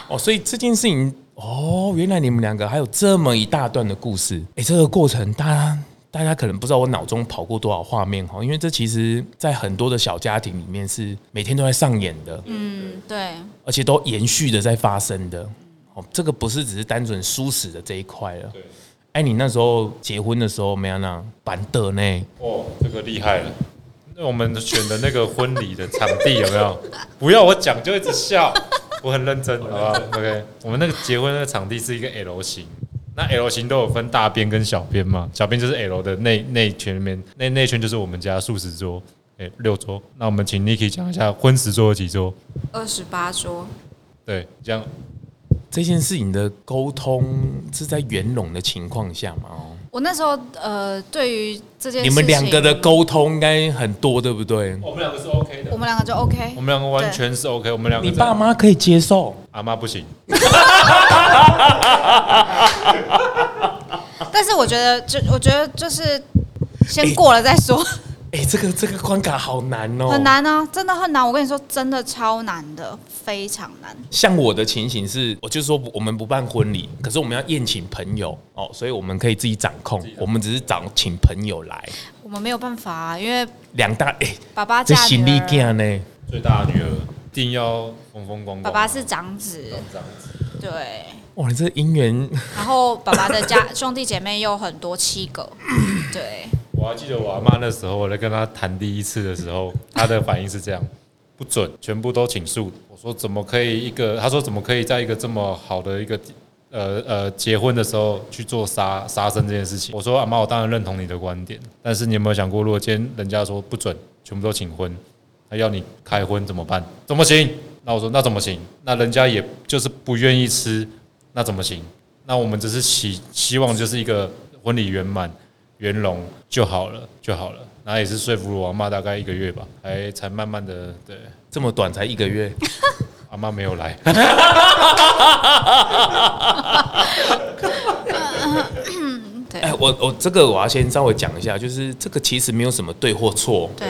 [SPEAKER 2] 哦，所以这件事情哦，原来你们两个还有这么一大段的故事。哎，这个过程，大家大家可能不知道我脑中跑过多少画面哈，因为这其实在很多的小家庭里面是每天都在上演的。
[SPEAKER 3] 嗯，对，
[SPEAKER 2] 而且都延续的在发生的。哦，这个不是只是单纯舒适的这一块了。哎，你那时候结婚的时候，梅安娜板的呢？
[SPEAKER 4] 哦，这个厉害了。那我们选的那个婚礼的场地有没有？ [laughs] 不要我讲就一直笑，我很认真，好不好？OK，我 [laughs] 们那个结婚那个场地是一个 L 型，那 L 型都有分大边跟小边嘛，小边就是 L 的内内圈里面，那内圈就是我们家素食桌，诶、六桌。那我们请 Niki 讲一下荤食桌有几桌？
[SPEAKER 3] 二十八桌，
[SPEAKER 4] 对，这样
[SPEAKER 2] 这件事情的沟通是在圆融的情况下嘛？哦，
[SPEAKER 3] 我那时候呃，对于这件
[SPEAKER 2] 你
[SPEAKER 3] 事情，
[SPEAKER 2] 们两个的，沟通应该很多，对不对？
[SPEAKER 4] 我们两个是 OK 的
[SPEAKER 3] 我，们两个就 OK，
[SPEAKER 4] 我们两个完全是 OK，我们两个
[SPEAKER 2] 你
[SPEAKER 4] 真的
[SPEAKER 2] 爸妈可以接受，
[SPEAKER 4] 阿妈不行，
[SPEAKER 3] 但是我觉得，就我觉得就是先过了再说，
[SPEAKER 2] 哎，这个这个关卡好难哦，
[SPEAKER 3] 很。难啊，真的很难。我跟你说，真的超难的，非常难。
[SPEAKER 2] 像我的情形是，我就说我们不办婚礼，可是我们要宴请朋友哦，所以我们可以自己掌控，我们只是找请朋友来。
[SPEAKER 3] 我们没有办法、啊，因为
[SPEAKER 2] 两大哎、
[SPEAKER 3] 爸爸
[SPEAKER 2] 这
[SPEAKER 3] 嫁
[SPEAKER 2] 行
[SPEAKER 3] 女
[SPEAKER 2] 李
[SPEAKER 3] 儿，
[SPEAKER 2] 件呢？
[SPEAKER 4] 最大的女儿一定要风风光光。
[SPEAKER 3] 爸爸是长子，
[SPEAKER 4] 这样子，
[SPEAKER 3] 对，
[SPEAKER 2] 哇，你这姻缘，
[SPEAKER 3] 然后爸爸的家兄弟姐妹又很多，七个，对，
[SPEAKER 4] 我还记得我阿妈那时候，我在跟她谈第一次的时候，她的反应是这样： [laughs] 不准，全部都请诉。我说怎么可以一个？她说怎么可以在一个这么好的一个呃呃结婚的时候去做杀杀生这件事情。我说阿妈，我当然认同你的观点，但是你有没有想过，如果今天人家说不准，全部都请婚，他要你开荤怎么办？怎么行？那我说那怎么行？那人家也就是不愿意吃，那怎么行？那我们只是希希望就是一个婚礼圆满圆融就好了就好了。然后也是说服了我阿妈大概一个月吧，才才慢慢的对
[SPEAKER 2] [laughs] 这么短才一个月，
[SPEAKER 4] 阿妈没有来。
[SPEAKER 3] 对
[SPEAKER 2] 哎，我我这个我要先稍微讲一下，就是这个其实没有什么对或错。
[SPEAKER 3] 对，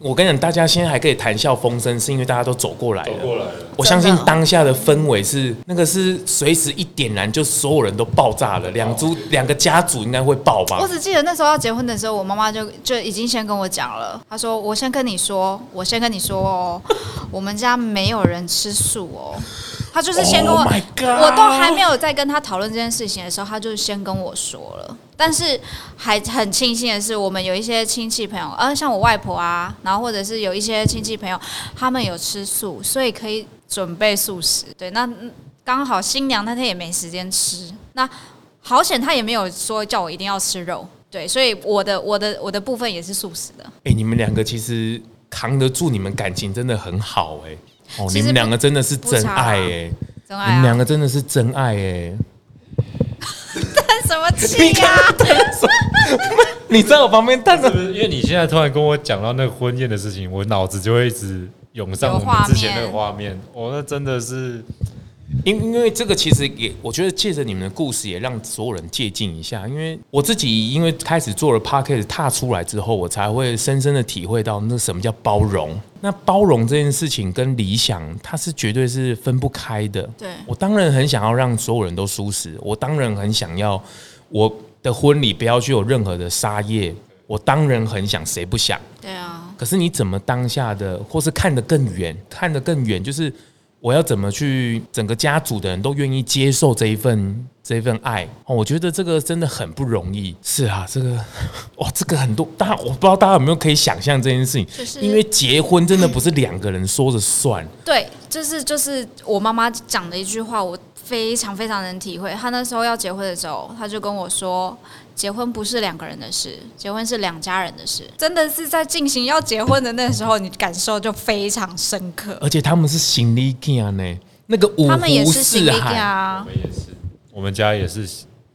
[SPEAKER 2] 我跟你讲，大家现在还可以谈笑风生，是因为大家都走过来了。
[SPEAKER 4] 来了。
[SPEAKER 2] 我相
[SPEAKER 3] 啊
[SPEAKER 2] 信当下的氛围是那个是随时一点燃，就所有人都爆炸了，两株两个家族应该会爆吧
[SPEAKER 3] 我？只记得那时候要结婚的时候，我妈妈就就已经先跟我讲了，她说：“我先跟你说，我先跟你说哦，我们家没有人吃素哦。”她就是先跟我
[SPEAKER 2] Oh my God
[SPEAKER 3] 我都还没有在跟她讨论这件事情的时候，她就先跟我说了。但是还很庆幸的是，我们有一些亲戚朋友，呃，像我外婆啊，然后或者是有一些亲戚朋友，他们有吃素，所以可以准备素食。对，那嗯刚好新娘那天也没时间吃，那好险她也没有说叫我一定要吃肉。对，所以我的我的我的部分也是素食的。
[SPEAKER 2] 哎、你们两个其实扛得住，你们感情真的很好哎、哦，
[SPEAKER 3] 其
[SPEAKER 2] 你
[SPEAKER 3] 实
[SPEAKER 2] 们
[SPEAKER 3] 不啊
[SPEAKER 2] 两个真的是真爱哎、
[SPEAKER 3] 真
[SPEAKER 2] 你
[SPEAKER 3] 爱
[SPEAKER 2] 们两
[SPEAKER 3] 啊！
[SPEAKER 2] 个真的是真爱哎、
[SPEAKER 3] 叹什么气呀、
[SPEAKER 2] 你在我旁边站着
[SPEAKER 4] [laughs] 是，不是因为你现在突然跟我讲到那个婚宴的事情，我脑子就会一直涌上
[SPEAKER 3] 有
[SPEAKER 4] 我们
[SPEAKER 3] 画
[SPEAKER 4] 之前那个
[SPEAKER 3] 面
[SPEAKER 4] 画面。哦，那真的是
[SPEAKER 2] 因因为这个其实也，我觉得借着你们的故事，也让所有人借鉴一下。因为我自己因为开始做了 p a c k a g e 踏出来之后，我才会深深的体会到那什么叫包容。那包容这件事情跟理想，它是绝对是分不开的。
[SPEAKER 3] 对
[SPEAKER 2] 我当然很想要让所有人都舒适，我当然很想要我的婚礼不要去有任何的杀业，我当然很想，谁不想？
[SPEAKER 3] 对啊，
[SPEAKER 2] 可是你怎么当下的，或是看得更远，看得更远，就是我要怎么去整个家族的人都愿意接受这一份这一份爱、哦，我觉得这个真的很不容易。是啊，这个 [laughs] 哇，这个很多大家我不知道大家有没有可以想象这件事情，
[SPEAKER 3] 就是
[SPEAKER 2] 因为结婚真的不是两个人说着算，
[SPEAKER 3] 对，就是就是我妈妈讲的一句话，我非常非常能体会。她那时候要结婚的时候，她就跟我说，结婚不是两个人的事，结婚是两家人的事。真的是在进行要结婚的那时候，你感受就非常深刻。
[SPEAKER 2] 而且他们是行李架呢，那个五
[SPEAKER 3] 他们也
[SPEAKER 2] 湖
[SPEAKER 3] 是心
[SPEAKER 2] 四
[SPEAKER 3] 力
[SPEAKER 2] 海，
[SPEAKER 3] 啊，
[SPEAKER 4] 我们家也是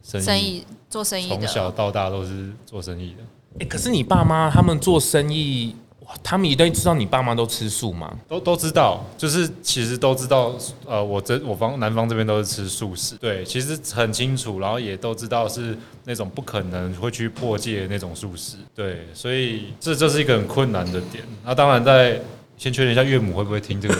[SPEAKER 4] 生意，
[SPEAKER 3] 生意做生意
[SPEAKER 4] 从小
[SPEAKER 3] 的，
[SPEAKER 4] 到大都是做生意的，
[SPEAKER 2] 诶可是你爸妈他们做生意。哇，他们一定知道你爸妈都吃素吗？
[SPEAKER 4] 都都知道，就是其实都知道。呃，我这我方南方这边都是吃素食，对，其实很清楚，然后也都知道是那种不可能会去破戒的那种素食，对，所以这这是一个很困难的点。那当然在先确认一下岳母会不会听这个。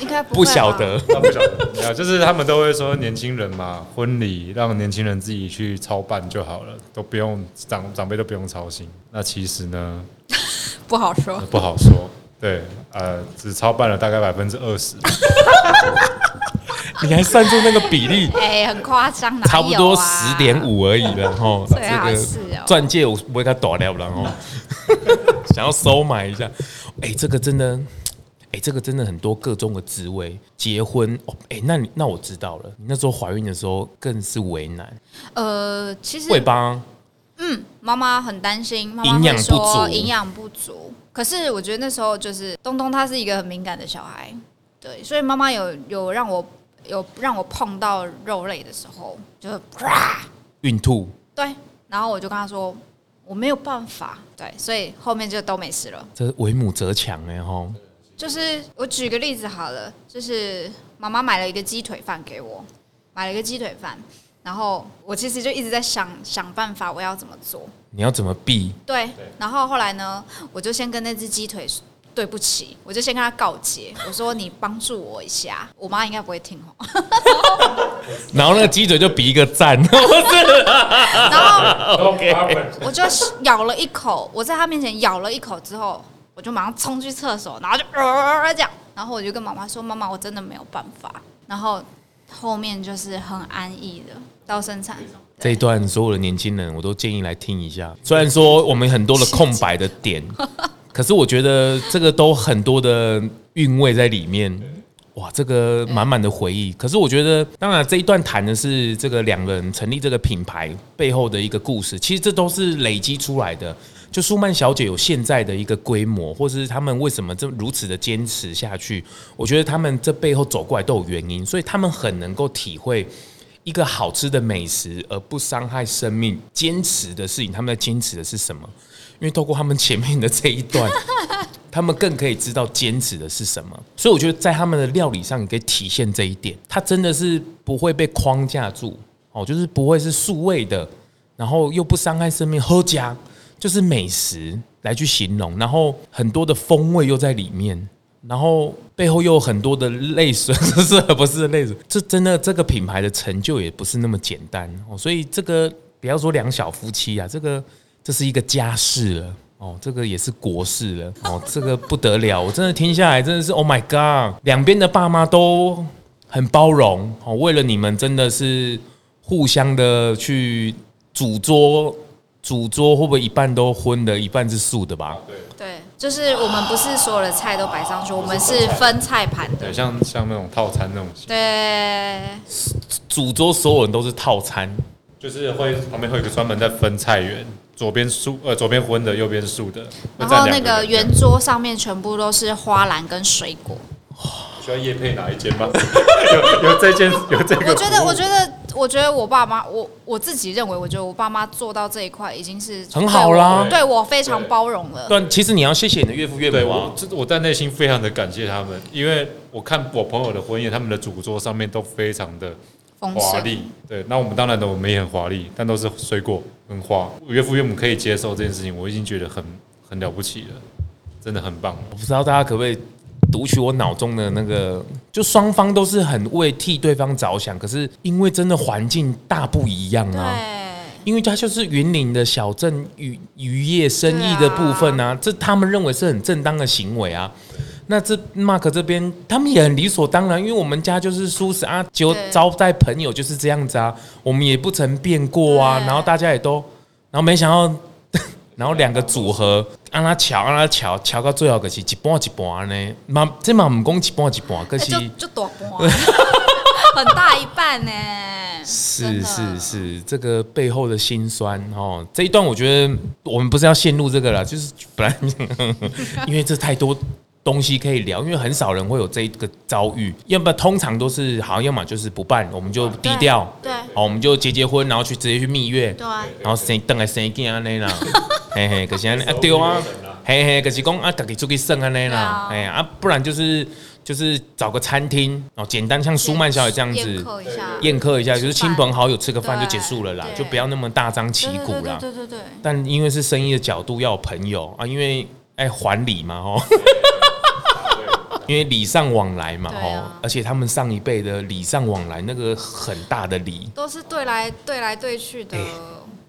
[SPEAKER 3] 应该不
[SPEAKER 2] 不
[SPEAKER 3] 会吧啊
[SPEAKER 2] 晓得，
[SPEAKER 4] 他不晓得， [laughs] 没有，就是他们都会说年轻人嘛，婚礼让年轻人自己去操办就好了，都不用长长辈都不用操心。那其实呢，
[SPEAKER 3] 不好说。
[SPEAKER 4] 不好说。对，呃，只操办了大概百分之二十，
[SPEAKER 2] 你还算出那个比例？
[SPEAKER 3] 哎、很夸张，哪有啊
[SPEAKER 2] 差不多十点。五而已了
[SPEAKER 3] [laughs]
[SPEAKER 2] 哈。
[SPEAKER 3] 最好是哦
[SPEAKER 2] 钻戒我不会给它打掉了哦， [laughs] 想要收买一下。哎、这个真的，哎、这个真的很多各种的滋味。结婚哦，哎、那你那我知道了，你那时候怀孕的时候更是为难，
[SPEAKER 3] 呃，其实
[SPEAKER 2] 会吧？
[SPEAKER 3] 妈妈很担心，妈妈
[SPEAKER 2] 营养
[SPEAKER 3] 会
[SPEAKER 2] 不
[SPEAKER 3] 说
[SPEAKER 2] 足
[SPEAKER 3] 营养不足。可是我觉得那时候就是东东，他是一个很敏感的小孩，对，所以妈妈有有让我有让我碰到肉类的时候，就
[SPEAKER 2] 孕吐，
[SPEAKER 3] 对，然后我就跟他说我没有办法，对，所以后面就都没事了。
[SPEAKER 2] 这为母则强哎哈。
[SPEAKER 3] 就是我举个例子好了，就是妈妈买了一个鸡腿饭给我，买了一个鸡腿饭，然后我其实就一直在想想办法，我要怎么做。
[SPEAKER 2] 你要怎么避？
[SPEAKER 3] 对，然后后来呢，我就先跟那只鸡腿说对不起，我就先跟他告解， [laughs] 我说你帮助我一下，我妈应该不会听
[SPEAKER 2] [laughs]
[SPEAKER 3] 哦。
[SPEAKER 2] 然后那个鸡嘴就比一个赞，
[SPEAKER 3] 然后我就咬了一口，我在他面前咬了一口之后，我就马上冲去厕所，然后就呃这样，然后我就跟妈妈说：“妈妈，我真的没有办法。”然后后面就是很安逸的到生产，
[SPEAKER 2] 这一段所有的年轻人，我都建议来听一下。虽然说我们很多的空白的点，可是我觉得这个都很多的韵味在里面。哇，这个满满的回忆。可是我觉得，当然这一段谈的是这个两人成立这个品牌背后的一个故事，其实这都是累积出来的。就舒曼小姐有现在的一个规模，或是他们为什么这如此的坚持下去，我觉得他们这背后走过来都有原因，所以他们很能够体会一个好吃的美食而不伤害生命，坚持的事情，他们在坚持的是什么？因为透过他们前面的这一段， [laughs] 他们更可以知道坚持的是什么。所以我觉得在他们的料理上，你可以体现这一点，它真的是不会被框架住哦，就是不会是数位的，然后又不伤害生命，喝家就是美食来去形容，然后很多的风味又在里面。然后背后又有很多的泪水，这是不是泪水？这真的这个品牌的成就也不是那么简单哦，所以这个不要说两小夫妻啊，这个这是一个家事了哦，这个也是国事了哦，这个不得了，我真的听下来真的是 Oh my God，两边的爸妈都很包容哦，为了你们真的是互相的去主桌。主桌会不会一半都荤的，一半是素的吧？
[SPEAKER 3] 对，就是我们不是所有的菜都摆上去，我们是分菜盘的
[SPEAKER 4] 对，。像像那种套餐那种，
[SPEAKER 3] 对，
[SPEAKER 2] 主桌所有人都是套餐，
[SPEAKER 4] 就是会旁边会有一个专门在分菜园，左边素呃左边荤的，右边素的，
[SPEAKER 3] 然后那
[SPEAKER 4] 个
[SPEAKER 3] 个圆桌上面全部都是花篮跟水果。
[SPEAKER 4] 需要叶配哪一间吗？ [laughs] 有有这间有这个，
[SPEAKER 3] 我觉得，我觉得，我觉得我爸妈，我我自己认为，我觉得我爸妈做到这一块已经是
[SPEAKER 2] 很好啦
[SPEAKER 3] 对我对我非常包容了。
[SPEAKER 2] 对，其实你要谢谢你的岳父岳
[SPEAKER 4] 对
[SPEAKER 2] 母
[SPEAKER 4] 我
[SPEAKER 2] 啊，
[SPEAKER 4] 这我在内心非常的感谢他们，因为我看我朋友的婚宴，他们的主桌上面都非常的
[SPEAKER 3] 丰
[SPEAKER 4] 华
[SPEAKER 3] 盛，
[SPEAKER 4] 丽，对，那我们当然的我们也很华丽，但都是水果跟花。我岳父岳母可以接受这件事情，我已经觉得很很了不起了，真的很棒。
[SPEAKER 2] 我不知道大家可不可以读取我脑中的那个，就双方都是很为替对方着想，可是因为真的环境大不一样
[SPEAKER 3] 对，
[SPEAKER 2] 啊，因为它就是云林的小镇渔渔业生意的部分啊，这他们认为是很正当的行为啊。那这 Mark 这边，他们也很理所当然，因为我们家就是舒适啊，就
[SPEAKER 3] 对
[SPEAKER 2] 招待朋友就是这样子啊，我们也不曾变过啊，
[SPEAKER 3] 对
[SPEAKER 2] 然后大家也都，然后没想到， [laughs] 然后两个组合，让他瞧，让他瞧，瞧到最后可是一半一半呢，嘛这嘛唔讲一半一半，可
[SPEAKER 3] 哎
[SPEAKER 2] 是
[SPEAKER 3] 就就多半，很大一半呢。真
[SPEAKER 2] 是
[SPEAKER 3] 的
[SPEAKER 2] 是是，这个背后的辛酸哦，这一段我觉得我们不是要陷入这个了，就是本来因为这太多东西可以聊，因为很少人会有这一个遭遇，要不然通常都是好，要么就是不办，我们就低调，
[SPEAKER 3] 对
[SPEAKER 2] 好，我们就结结婚，然后去直接去蜜月，
[SPEAKER 3] 对啊，
[SPEAKER 2] 然后生等来生囝安尼啦， [laughs] 嘿嘿，可是安尼啊对啊，嘿嘿，可是讲啊，家己出去耍安尼啦，哎
[SPEAKER 3] 对
[SPEAKER 2] 啊，不然就是就是找个餐厅哦，简单像舒曼小姐这样
[SPEAKER 3] 宴
[SPEAKER 2] 子。
[SPEAKER 3] 客一下，
[SPEAKER 2] 宴客一下，就是亲朋好友吃个饭就
[SPEAKER 3] 对
[SPEAKER 2] 结束了啦，
[SPEAKER 3] 对
[SPEAKER 2] 就不要那么大张旗鼓
[SPEAKER 3] 对
[SPEAKER 2] 啦。
[SPEAKER 3] 对对对对对，
[SPEAKER 2] 但因为是生意的角度，要有朋友啊，因为哎还礼嘛哦， [laughs] 因为礼尚往来嘛
[SPEAKER 3] 对
[SPEAKER 2] 哦
[SPEAKER 3] 啊，
[SPEAKER 2] 而且他们上一辈的礼尚往来那个很大的礼，
[SPEAKER 3] 都是对来对来对去的。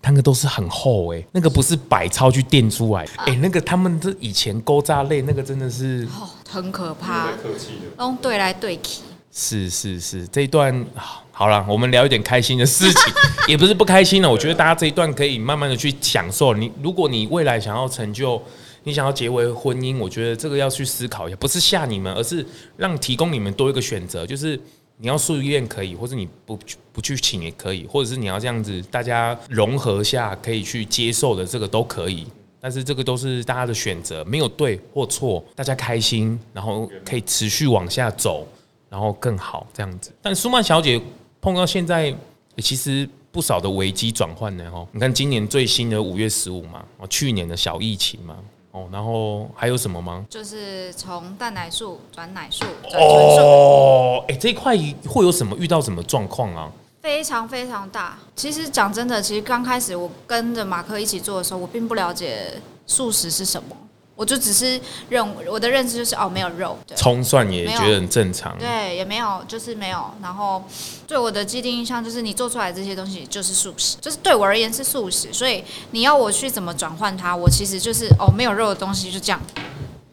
[SPEAKER 2] 那个都是很厚哎、那个不是百超去垫出来哎、那个他们这以前勾扎类那个真的是
[SPEAKER 3] 哦，很可怕，
[SPEAKER 4] 客气的，
[SPEAKER 3] 用对来对去，
[SPEAKER 2] 是是是，这一段啊好了，我们聊一点开心的事情，也不是不开心哦了。我觉得大家这一段可以慢慢的去享受。你如果你未来想要成就，你想要结为婚姻，我觉得这个要去思考一下，不是吓你们，而是让提供你们多一个选择，就是。你要素宴可以，或者你不去不去请也可以，或者是你要这样子，大家融合下可以去接受的，这个都可以。但是这个都是大家的选择，没有对或错，大家开心，然后可以持续往下走。然后更好这样子。但舒曼小姐碰到现在，欸其实不少的危机转换呢哦。你看今年最新的五月十五嘛，哦，去年的小疫情嘛，哦，然后还有什么吗？
[SPEAKER 3] 就是从蛋奶素转奶素转纯素，
[SPEAKER 2] 哦，哎、这一块会有什么遇到什么状况啊？
[SPEAKER 3] 非常非常大。其实讲真的，其实刚开始我跟着马克一起做的时候，我并不了解素食是什么，我就只是认我的认知就是哦，没有肉，对
[SPEAKER 2] 葱蒜也
[SPEAKER 3] 没有
[SPEAKER 2] 觉得很正常，
[SPEAKER 3] 对，也没有，就是没有。然后对我的既定印象就是，你做出来的这些东西就是素食，就是对我而言是素食，所以你要我去怎么转换它，我其实就是哦，没有肉的东西就这样。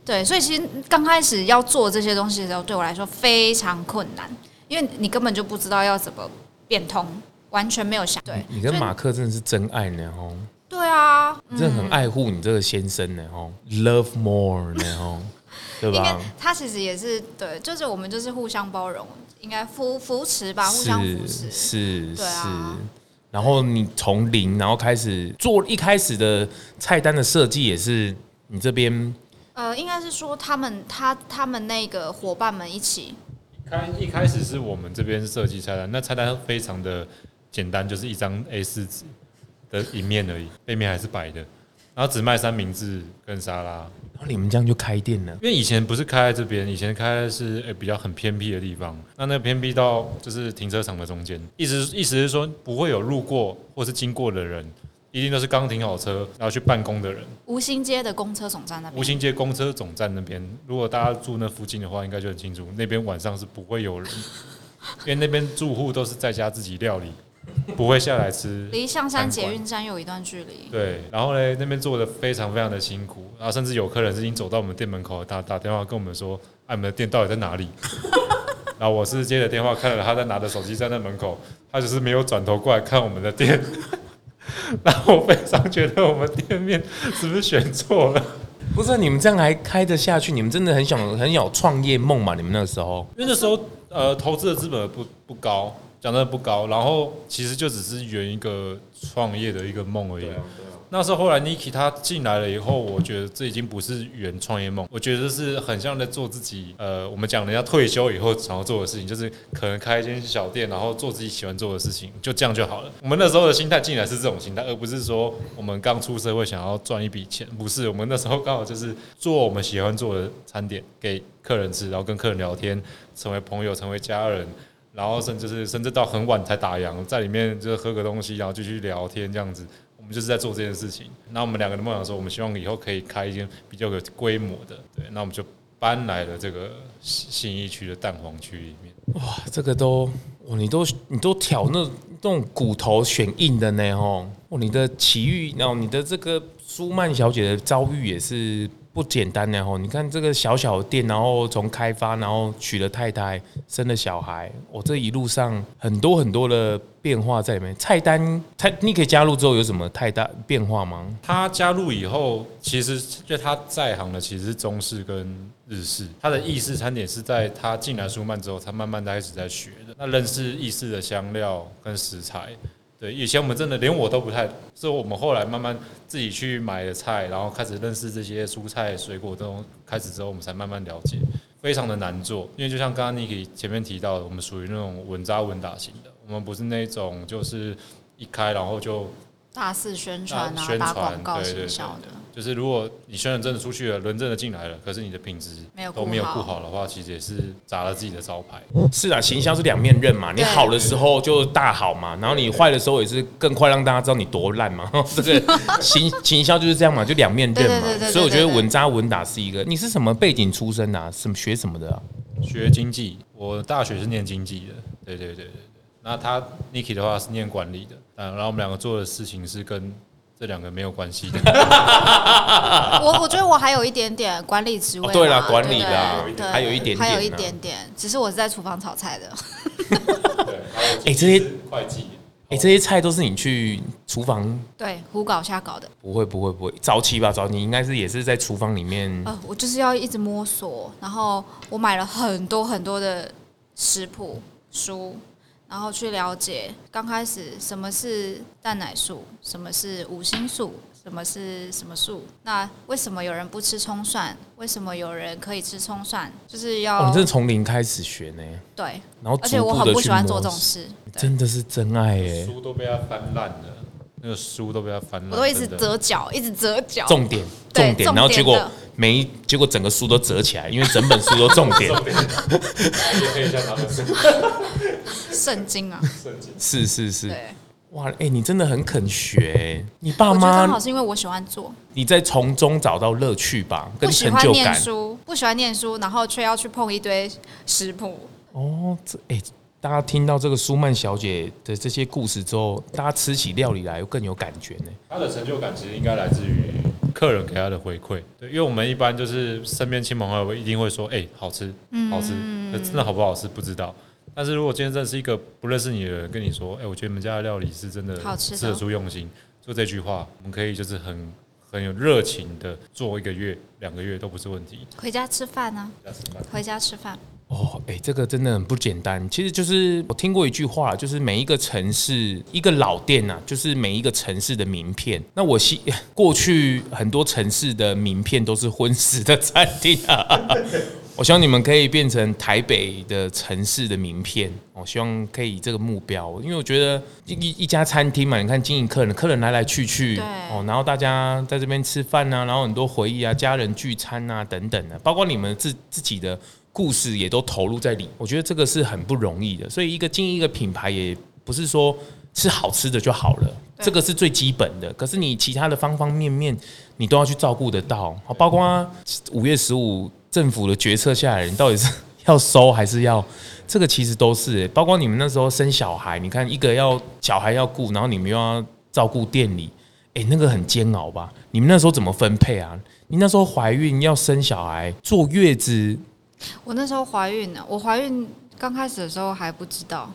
[SPEAKER 3] 对，所以其实刚开始要做这些东西的时候，对我来说非常困难，因为你根本就不知道要怎么变通，完全没有想对。
[SPEAKER 2] 你跟
[SPEAKER 3] 所以
[SPEAKER 2] 马克真的是真爱呢哦，
[SPEAKER 3] 对啊，
[SPEAKER 2] 你真的很爱护你这个先生呢哦，love more 呢哦。对
[SPEAKER 3] 应该
[SPEAKER 2] 吧？
[SPEAKER 3] 他其实也是对，就是我们就是互相包容，应该扶扶持吧，互
[SPEAKER 2] 是
[SPEAKER 3] 相扶持。
[SPEAKER 2] 是是
[SPEAKER 3] 对啊。
[SPEAKER 2] 然后你从零，然后开始做，一开始的菜单的设计也是你这边
[SPEAKER 3] 呃，应该是说他们他他们那个伙伴们一起，
[SPEAKER 4] 开一开始是我们这边设计菜单，那菜单非常的简单，就是一张 A 4纸的一面而已，背面还是白的，然后只卖三明治跟沙拉。
[SPEAKER 2] 然后你们这样就开店了，
[SPEAKER 4] 因为以前不是开在这边，以前开的是、呃比较很偏僻的地方，那那偏僻到就是停车场的中间，意思意思是说不会有路过或是经过的人，一定都是刚停好车然后去办公的人。
[SPEAKER 3] 吴兴街的公车总站那
[SPEAKER 4] 吴
[SPEAKER 3] 边。
[SPEAKER 4] 兴街公车总站那边，如果大家住那附近的话，应该就很清楚，那边晚上是不会有人，因为那边住户都是在家自己料理，不会下来吃。
[SPEAKER 3] 离象山捷
[SPEAKER 4] 餐馆
[SPEAKER 3] 运站有一段距离。
[SPEAKER 4] 对，然后呢，那边做的非常非常的辛苦，然后甚至有客人是已经走到我们店门口，打打电话跟我们说，哎、啊，你们的店到底在哪里？然后我是接了电话，看到他在拿着手机站在门口，他只是没有转头过来看我们的店， [laughs] 然后我非常觉得我们店面是不是选错了？
[SPEAKER 2] 不是你们这样还开得下去？你们真的很想很有创业梦嘛？你们那时候
[SPEAKER 4] 因为那时候呃，投资的资本不不高，讲真的不高，然后其实就只是圆一个创业的一个梦而已。那时候后来 Niki 他进来了以后，我觉得这已经不是圆创业梦，我觉得是很像在做自己呃，我们讲人家退休以后想要做的事情，就是可能开一间小店，然后做自己喜欢做的事情，就这样就好了。我们那时候的心态进来是这种心态，而不是说我们刚出社会想要赚一笔钱，不是，我们那时候刚好就是做我们喜欢做的餐点给客人吃，然后跟客人聊天，成为朋友，成为家人，然后甚至是甚至到很晚才打烊，在里面就是喝个东西，然后继续聊天这样子。我们就是在做这件事情。那我们两个的梦想说，我们希望以后可以开一间比较有规模的，对，那我们就搬来了这个信信义区的蛋黄区里面。
[SPEAKER 2] 哇，这个都哇，你都你都挑那那种骨头选硬的呢哦，哇，你的奇遇，然后你的这个舒曼小姐的遭遇也是不简单呢哦。你看这个小小的店，然后从开发，然后娶了太太，生了小孩，我、这一路上很多很多的变化在里面。菜单，菜你可以加入之后有什么太大变化吗？
[SPEAKER 4] 他加入以后，其实就他在行的其实是中式跟日式，他的意式餐点是在他进来舒曼之后，他慢慢的开始在学的。那认识意式的香料跟食材，对，以前我们真的连我都不太，所以我们后来慢慢自己去买的菜，然后开始认识这些蔬菜、水果这种，开始之后我们才慢慢了解，非常的难做，因为就像刚刚 Niki 前面提到的，我们属于那种稳扎稳打型的，我们不是那种就是一开然后就
[SPEAKER 3] 大肆宣传
[SPEAKER 4] 大
[SPEAKER 3] 啊
[SPEAKER 4] 宣，
[SPEAKER 3] 打
[SPEAKER 4] 传
[SPEAKER 3] 广告
[SPEAKER 4] 对对
[SPEAKER 3] 行销
[SPEAKER 4] 对
[SPEAKER 3] 的，
[SPEAKER 4] 就是如果你宣传真的出去了，轮真的进来了，可是你的品质
[SPEAKER 3] 没有顾
[SPEAKER 4] 都没有
[SPEAKER 3] 好
[SPEAKER 4] 顾好的话，其实也是砸了自己的招牌。
[SPEAKER 2] 是啊，行销是两面刃嘛，你
[SPEAKER 3] 对
[SPEAKER 2] 好的时候就大好嘛，然后你坏的时候也是更快让大家知道你多烂嘛。 [laughs] 这个
[SPEAKER 3] [laughs]
[SPEAKER 2] 行行销就是这样嘛，就两面刃嘛
[SPEAKER 3] 对对对对。对
[SPEAKER 2] 所以我觉得
[SPEAKER 3] 对对
[SPEAKER 2] 稳扎稳打是一个。你是什么背景出身的啊？什么学什么的啊？
[SPEAKER 4] 学经济，我大学是念经济的，对对对对对。那他 Niki 的话是念管理的，嗯，然后我们两个做的事情是跟这两个没有关系的。 [laughs]
[SPEAKER 3] 我我觉得我还有一点点管理职
[SPEAKER 2] 哦
[SPEAKER 3] 位嘛，
[SPEAKER 2] 对啦
[SPEAKER 3] 对
[SPEAKER 2] 管理啦
[SPEAKER 3] 啦，对
[SPEAKER 2] 还有一点点啊
[SPEAKER 3] 还有一点点，只是我是在厨房炒菜的。
[SPEAKER 4] 对，哎
[SPEAKER 2] 哎这些
[SPEAKER 4] 会计，
[SPEAKER 2] 哎、这些菜都是你去厨房？
[SPEAKER 3] 对，胡搞瞎搞的，
[SPEAKER 2] 不会不会不会，早期吧，早期你应该是也是在厨房里面。
[SPEAKER 3] 呃，我就是要一直摸索，然后我买了很多很多的食谱书，然后去了解刚开始什么是蛋奶素，什么是五星素，什么是什么素，那为什么有人不吃葱蒜，为什么有人可以吃葱蒜，就是
[SPEAKER 2] 哦，
[SPEAKER 3] 要、
[SPEAKER 2] 你真的从零开始学呢，
[SPEAKER 3] 对，
[SPEAKER 2] 然后
[SPEAKER 3] 而
[SPEAKER 2] 逐
[SPEAKER 3] 且我
[SPEAKER 2] 步
[SPEAKER 3] 很
[SPEAKER 2] 的
[SPEAKER 3] 不
[SPEAKER 2] 去
[SPEAKER 3] 喜欢做
[SPEAKER 2] 摸
[SPEAKER 3] 这种
[SPEAKER 2] 索，
[SPEAKER 3] 事，对，
[SPEAKER 2] 真的是真爱哎。
[SPEAKER 4] 书都被他翻烂了，那个书都被他翻烂，
[SPEAKER 3] 我都一直
[SPEAKER 4] 真的
[SPEAKER 3] 折角，一直折角，
[SPEAKER 2] 重点，
[SPEAKER 3] 对
[SPEAKER 2] 重点，
[SPEAKER 3] 重
[SPEAKER 2] 然后结果
[SPEAKER 3] 点的
[SPEAKER 2] 没一，结果整个书都折起来，因为整本书都重点。
[SPEAKER 4] 也可以像他们是
[SPEAKER 3] 圣经啊，
[SPEAKER 2] 是是是，
[SPEAKER 3] 对，
[SPEAKER 2] 嗯哇，哎、你真的很肯学、欸，你爸
[SPEAKER 3] 我觉得刚好
[SPEAKER 2] 妈，
[SPEAKER 3] 是因为我喜欢做。
[SPEAKER 2] 你在从中找到乐趣吧，跟
[SPEAKER 3] 不喜
[SPEAKER 2] 成
[SPEAKER 3] 欢
[SPEAKER 2] 就
[SPEAKER 3] 念
[SPEAKER 2] 感。
[SPEAKER 3] 书，不喜欢念书，然后却要去碰一堆食谱。
[SPEAKER 2] 哦，这哎、大家听到这个舒曼小姐的这些故事之后，大家吃起料理来更有感觉呢、
[SPEAKER 4] 他的成就感其实应该来自于客人给他的回馈，对，因为我们一般就是身边亲朋好友一定会说，哎、好吃，
[SPEAKER 3] 嗯
[SPEAKER 4] 好吃，可真的好不好吃不知道。但是如果今天认识一个不认识你的人跟你说，哎、我觉得你们家的料理是真的
[SPEAKER 3] 好吃的
[SPEAKER 4] 吃得出用心，就这句话，我们可以就是很很有热情的做一个月、两个月都不是问题。
[SPEAKER 3] 回家吃饭呢、
[SPEAKER 4] 下次吧
[SPEAKER 3] 回家吃饭，
[SPEAKER 2] 哦，哎、这个真的很不简单。其实就是我听过一句话，就是每一个城市一个老店呐、啊，就是每一个城市的名片。那我希 [laughs] 过去很多城市的名片都是荤食的餐厅啊。我希望你们可以变成台北的城市的名片，我希望可以以这个目标，因为我觉得一一一家餐厅嘛，你看经营客人，客人来来去去，
[SPEAKER 3] 对
[SPEAKER 2] 哦，然后大家在这边吃饭啊，然后很多回忆啊，家人聚餐啊等等的、包括你们自自己的故事也都投入在里，我觉得这个是很不容易的，所以一个经营一个品牌也不是说吃好吃的就好了，
[SPEAKER 3] 对
[SPEAKER 2] 这个是最基本的，可是你其他的方方面面你都要去照顾得到，好，包括五月十五政府的决策下来，你到底是要收还是要？这个其实都是、欸包括你们那时候生小孩，你看一个要小孩要顾，然后你们又要照顾店里，哎、那个很煎熬吧？你们那时候怎么分配啊？你那时候怀孕要生小孩，坐月子，
[SPEAKER 3] 我那时候怀孕了，我怀孕刚开始的时候还不知道，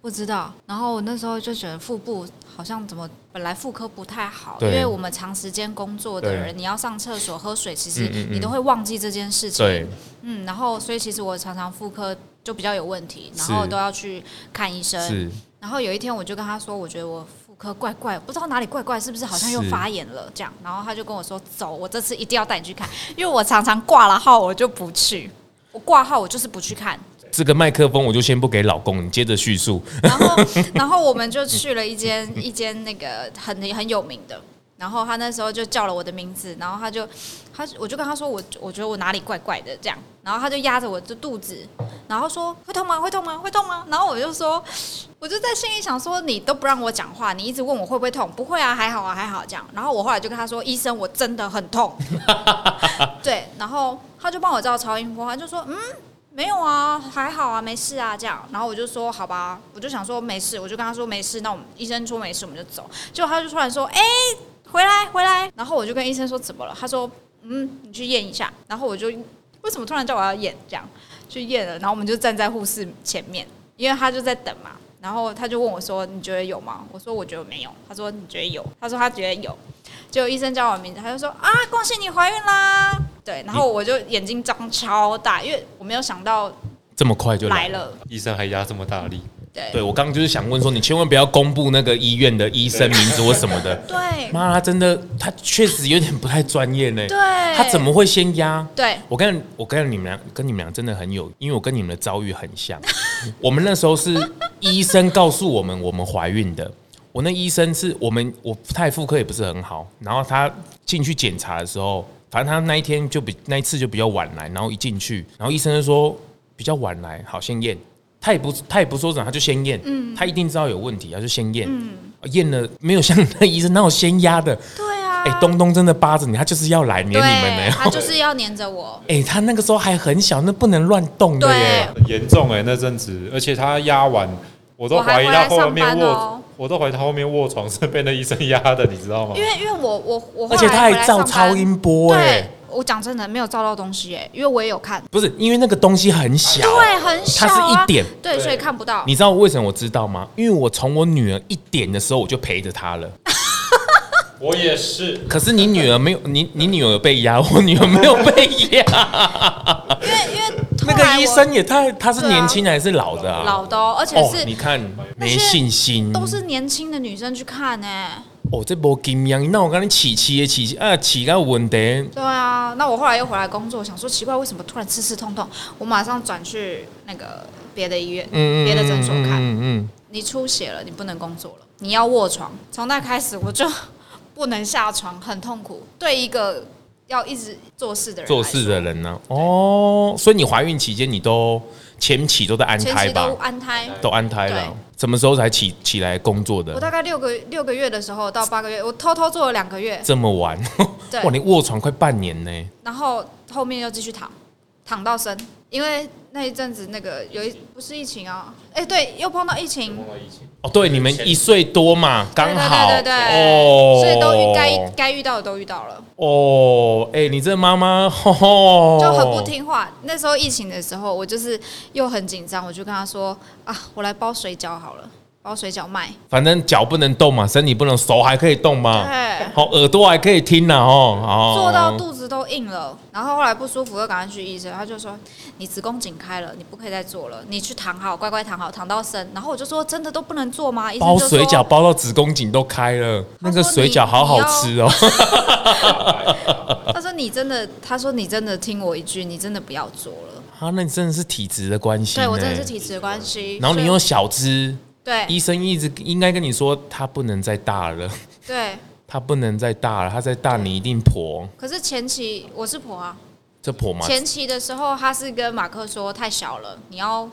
[SPEAKER 3] 不知道。然后我那时候就觉得腹部好像怎么本来妇科不太好，因
[SPEAKER 2] 对
[SPEAKER 3] 为我们长时间工作的人，你要上厕所、喝水，其实你都会忘记这件事情。
[SPEAKER 2] 嗯对，
[SPEAKER 3] 嗯，然后所以其实我常常妇科就比较有问题，然
[SPEAKER 2] 是
[SPEAKER 3] 后都要去看医生。
[SPEAKER 2] 是
[SPEAKER 3] 然后有一天我就跟他说，我觉得我妇科怪怪，不知道哪里怪怪，是不是好像又
[SPEAKER 2] 是
[SPEAKER 3] 发炎了这样？然后他就跟我说，走，我这次一定要带你去看，因为我常常挂了号我就不去，我挂号我就是不去看。
[SPEAKER 2] 这个麦克风我就先不给老公，你接着叙述。
[SPEAKER 3] 然后然后我们就去了一间一间那个很很有名的。然后他那时候就叫了我的名字，然后他就他我就跟他说我我觉得我哪里怪怪的这样，然后他就压着我的肚子，然后说会痛吗？会痛吗？会痛吗？然后我就说我就在心里想说你都不让我讲话，你一直问我会不会痛，不会啊，还好啊，还好这样。然后我后来就跟他说医生我真的很痛， [laughs] 对，然后他就帮我照超音波，他就说嗯。没有啊，还好啊，没事啊，这样。然后我就说好吧，我就想说没事，我就跟他说没事，那我们医生说没事，我们就走。结果他就突然说，哎、回来回来。然后我就跟医生说怎么了？他说，嗯，你去验一下。然后我就为什么突然叫我要验？这样去验了，然后我们就站在护士前面，因为他就在等嘛。然后他就问我说：“你觉得有吗？”我说：“我觉得没有。”他说：“你觉得有？”他说：“他觉得有。”结果医生叫我名字，他就说：“啊，恭喜你怀孕啦！”对，然后我就眼睛张超大，因为我没有想到
[SPEAKER 2] 这么快就
[SPEAKER 3] 来
[SPEAKER 2] 来了。
[SPEAKER 3] 了。
[SPEAKER 4] 医生还压这么大力，
[SPEAKER 3] 对
[SPEAKER 2] 对我刚刚就是想问说，你千万不要公布那个医院的医生名字或什么的。
[SPEAKER 3] 对
[SPEAKER 2] 妈，他真的，他确实有点不太专业呢。
[SPEAKER 3] 对，
[SPEAKER 2] 他怎么会先压？
[SPEAKER 3] 对？
[SPEAKER 2] 我跟我跟你们俩，跟你们俩真的很有，因为我跟你们的遭遇很像。我们那时候是医生告诉我们我们怀孕的，我那医生是我们我太妇科也不是很好，然后他进去检查的时候，反正他那一天就比那一次就比较晚来，然后一进去，然后医生就说比较晚来，好先验。他也不他也不说什么，他就先验，他一定知道有问题，他就先验，验、了没有像那医生那有先压的，
[SPEAKER 3] 对啊，
[SPEAKER 2] 哎、东东真的扒着你，他就是要来黏你
[SPEAKER 3] 对，
[SPEAKER 2] 们呢、
[SPEAKER 3] 他就是要黏着我。
[SPEAKER 2] 哎、他那个时候还很小，那不能乱动的
[SPEAKER 3] 对
[SPEAKER 2] 耶。，
[SPEAKER 4] 很严重哎、那阵子，而且他压完，我都怀疑他后面卧，
[SPEAKER 3] 我还回来上班
[SPEAKER 4] 我
[SPEAKER 3] 哦
[SPEAKER 4] 都怀疑他后面卧床是被那医生压的，你知道吗
[SPEAKER 3] 因？为因为我我我
[SPEAKER 2] 而
[SPEAKER 3] 后来
[SPEAKER 2] 且他
[SPEAKER 3] 回来
[SPEAKER 2] 还
[SPEAKER 3] 上
[SPEAKER 2] 照
[SPEAKER 3] 班
[SPEAKER 2] 超音波哎
[SPEAKER 3] 对，，我讲真的没有照到东西哎，因为我也有看，
[SPEAKER 2] 不是因为那个东西很小，
[SPEAKER 3] 对，很小、
[SPEAKER 2] 它
[SPEAKER 3] 啊，
[SPEAKER 2] 是一点。
[SPEAKER 3] 对，所以看不到。
[SPEAKER 2] 你知道为什么我知道吗？因为我从我女儿一点的时候我就陪着她了。
[SPEAKER 4] 我也是，
[SPEAKER 2] 可是你女儿没有，你你女儿被压，我女儿没有被
[SPEAKER 3] [laughs]
[SPEAKER 2] 压。
[SPEAKER 3] 因为因为
[SPEAKER 2] 那
[SPEAKER 3] 后
[SPEAKER 2] 个
[SPEAKER 3] 来我
[SPEAKER 2] 医生也太，他是
[SPEAKER 3] 对啊
[SPEAKER 2] 年轻的还是老的啊？
[SPEAKER 3] 老的、哦，而且
[SPEAKER 2] 哦，
[SPEAKER 3] 是
[SPEAKER 2] 你看
[SPEAKER 3] 那
[SPEAKER 2] 没
[SPEAKER 3] 些
[SPEAKER 2] 信心，
[SPEAKER 3] 都是年轻的女生去看哎。
[SPEAKER 2] 哦，这波金阳，那我跟你起起也起起啊，起个稳定。
[SPEAKER 3] 对啊，那我后来又回来工作，想说奇怪，为什么突然刺刺痛痛？我马上转去那个别的医院，
[SPEAKER 2] 嗯
[SPEAKER 3] 别的诊所看。
[SPEAKER 2] 嗯嗯嗯，
[SPEAKER 3] 你出血了，你不能工作了，你要卧床。从那开始我就 [laughs] 不能下床，很痛苦。对一个要一直做事的人，
[SPEAKER 2] 做事的，人呢、哦，所以你怀孕期间你都前期都在安
[SPEAKER 3] 前
[SPEAKER 2] 胎
[SPEAKER 3] 期
[SPEAKER 2] 吧
[SPEAKER 3] 都？安胎。
[SPEAKER 2] 都安胎了，什么时候才起起来工作
[SPEAKER 3] 我
[SPEAKER 2] 的？
[SPEAKER 3] 大概六个六个月的时候到八个月，我偷偷做了两个月，
[SPEAKER 2] 这么晚，[laughs]
[SPEAKER 3] 对
[SPEAKER 2] 哇，你卧床快半年呢。
[SPEAKER 3] 然后后面又继续躺，躺到生，因为那一阵子那个有一不是疫情啊，哎、对，又碰到疫情，
[SPEAKER 2] 哦，对，你们一岁多嘛，刚好，
[SPEAKER 3] 对对对对对
[SPEAKER 2] 哦，
[SPEAKER 3] 所以都该该遇到的都遇到了，
[SPEAKER 2] 哦，哎、你这妈妈， [laughs] 吼吼
[SPEAKER 3] 就很不，听话。那时候疫情的时候，我就是又很紧张，我就跟他说啊，我来包水饺好了。包水饺卖。
[SPEAKER 2] 反正脚不能动嘛，身体不能，手还可以动嘛，
[SPEAKER 3] 对，
[SPEAKER 2] 好、耳朵还可以听呐、哦，啊哦，
[SPEAKER 3] 做到肚子都硬了，然后后来不舒服又赶快去医生，他就说你子宫颈开了，你不可以再做了，你去躺好，乖乖躺好，躺到生。然后我就说真的都不能做吗？医生
[SPEAKER 2] 包
[SPEAKER 3] 就说
[SPEAKER 2] 水饺包到子宫颈都开了，那
[SPEAKER 3] 他说
[SPEAKER 2] 个水饺好好吃哦。
[SPEAKER 3] 他说你真的，他说你真的听我一句，你真的不要做了。
[SPEAKER 2] 啊，那你真的是体质的关系、
[SPEAKER 3] 对我真的是。体质的关系。
[SPEAKER 2] 然后你
[SPEAKER 3] 所以
[SPEAKER 2] 又小只，医
[SPEAKER 3] 对
[SPEAKER 2] 生一直应该跟你说，他不能再大了，
[SPEAKER 3] 对，
[SPEAKER 2] 他不能再大了，他再大你一定婆，
[SPEAKER 3] 可是前期我是婆啊，
[SPEAKER 2] 这婆嘛，
[SPEAKER 3] 前期的时候他是跟马克说太小了，你要。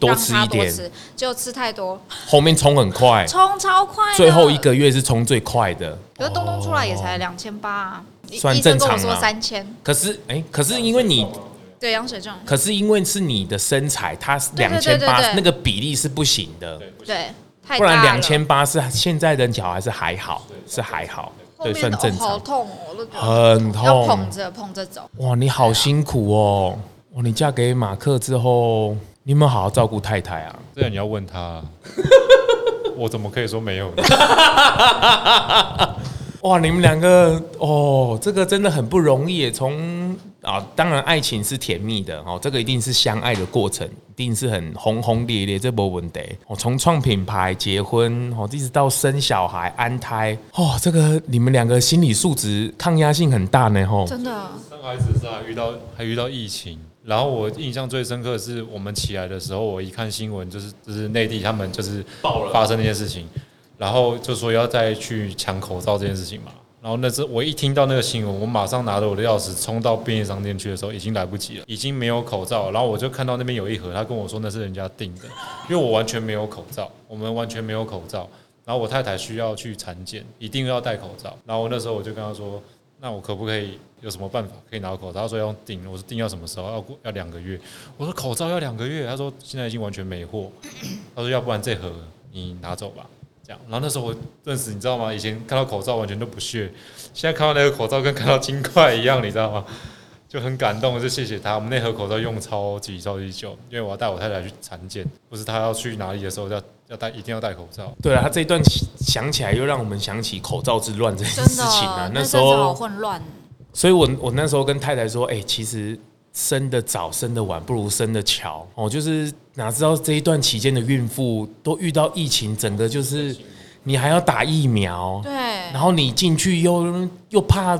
[SPEAKER 2] 多
[SPEAKER 3] 让
[SPEAKER 2] 吃
[SPEAKER 3] 他
[SPEAKER 2] 一
[SPEAKER 3] 多
[SPEAKER 2] 点
[SPEAKER 3] 吃，就吃太多，
[SPEAKER 2] 后面冲很快，
[SPEAKER 3] 冲超快的。
[SPEAKER 2] 最后一个月是冲最快的。
[SPEAKER 3] 可是东东出来也才两千八，啊医
[SPEAKER 2] 算
[SPEAKER 3] 医生跟我
[SPEAKER 2] 正
[SPEAKER 3] 说
[SPEAKER 2] 常啊
[SPEAKER 3] 三千，
[SPEAKER 2] 可是哎、可是因为你，
[SPEAKER 3] 对羊水重，
[SPEAKER 2] 可是因为是你的身材，它
[SPEAKER 3] 对
[SPEAKER 2] 两
[SPEAKER 3] 对
[SPEAKER 2] 千
[SPEAKER 3] 对对
[SPEAKER 2] 八
[SPEAKER 3] 对
[SPEAKER 2] 那个比例是不行的，
[SPEAKER 3] 对，太
[SPEAKER 2] 不然
[SPEAKER 3] 大了
[SPEAKER 2] 两千八是现在的脚还是还好，是还好，
[SPEAKER 3] 后
[SPEAKER 2] 对，
[SPEAKER 3] 面
[SPEAKER 2] 算
[SPEAKER 3] 的哦
[SPEAKER 2] 正
[SPEAKER 3] 好
[SPEAKER 2] 常。
[SPEAKER 3] 痛哦，我都觉得
[SPEAKER 2] 很痛
[SPEAKER 3] 要捧，着捧着走，
[SPEAKER 2] 哇，你好辛苦哦！哇，你嫁给马克之后，你有没有好好照顾太太啊？
[SPEAKER 4] 这样你要问他 [laughs] 啊，我怎么可以说没有呢？
[SPEAKER 2] 哇，你们两个哦，这个真的很不容易耶。从啊，当然爱情是甜蜜的哦，这个一定是相爱的过程，一定是很轰轰烈烈，这没问题。哦，从创品牌、结婚哦，一直到生小孩、安胎哦，这个你们两个心理素质抗压性很大呢。吼、
[SPEAKER 3] 真的
[SPEAKER 4] 生孩子是还遇到还遇到疫情，然后我印象最深刻的是我们起来的时候，我一看新闻，就是就是内地他们就是
[SPEAKER 2] 爆了
[SPEAKER 4] 发生那件事情，然后就说要再去抢口罩这件事情嘛。然后那次我一听到那个新闻，我马上拿着我的钥匙冲到便利商店去的时候，已经来不及了，已经没有口罩了。然后我就看到那边有一盒，他跟我说那是人家订的，因为我完全没有口罩，我们完全没有口罩。然后我太太需要去产检，一定要戴口罩。然后我那时候我就跟她说，那我可不可以有什么办法可以拿到口罩？她说要订，我说订要什么时候？要过要两个月。我说口罩要两个月，她说现在已经完全没货。她说要不然这盒你拿走吧，这样。然后那时候我认识你知道吗？以前看到口罩完全都不屑，现在看到那个口罩跟看到金块一样，你知道吗？就很感动，就谢谢他。我们那盒口罩用超级超级久，因为我要带我太太去产检，不是她要去哪里的时候要要戴，一定要戴口罩。
[SPEAKER 2] 对了，啊他这一段想起来又让我们想起口罩之乱这件
[SPEAKER 3] 真
[SPEAKER 2] 事
[SPEAKER 3] 的哦
[SPEAKER 2] 情啊。，那
[SPEAKER 3] 那阵
[SPEAKER 2] 时
[SPEAKER 3] 子好
[SPEAKER 2] 候
[SPEAKER 3] 混乱，
[SPEAKER 2] 所以我我那时候跟太太说，哎、其实生的早生的晚不如生的巧哦，就是哪知道这一段期间的孕妇都遇到疫情，整个就是你还要打疫苗，
[SPEAKER 3] 对
[SPEAKER 2] 然后你进去又又怕。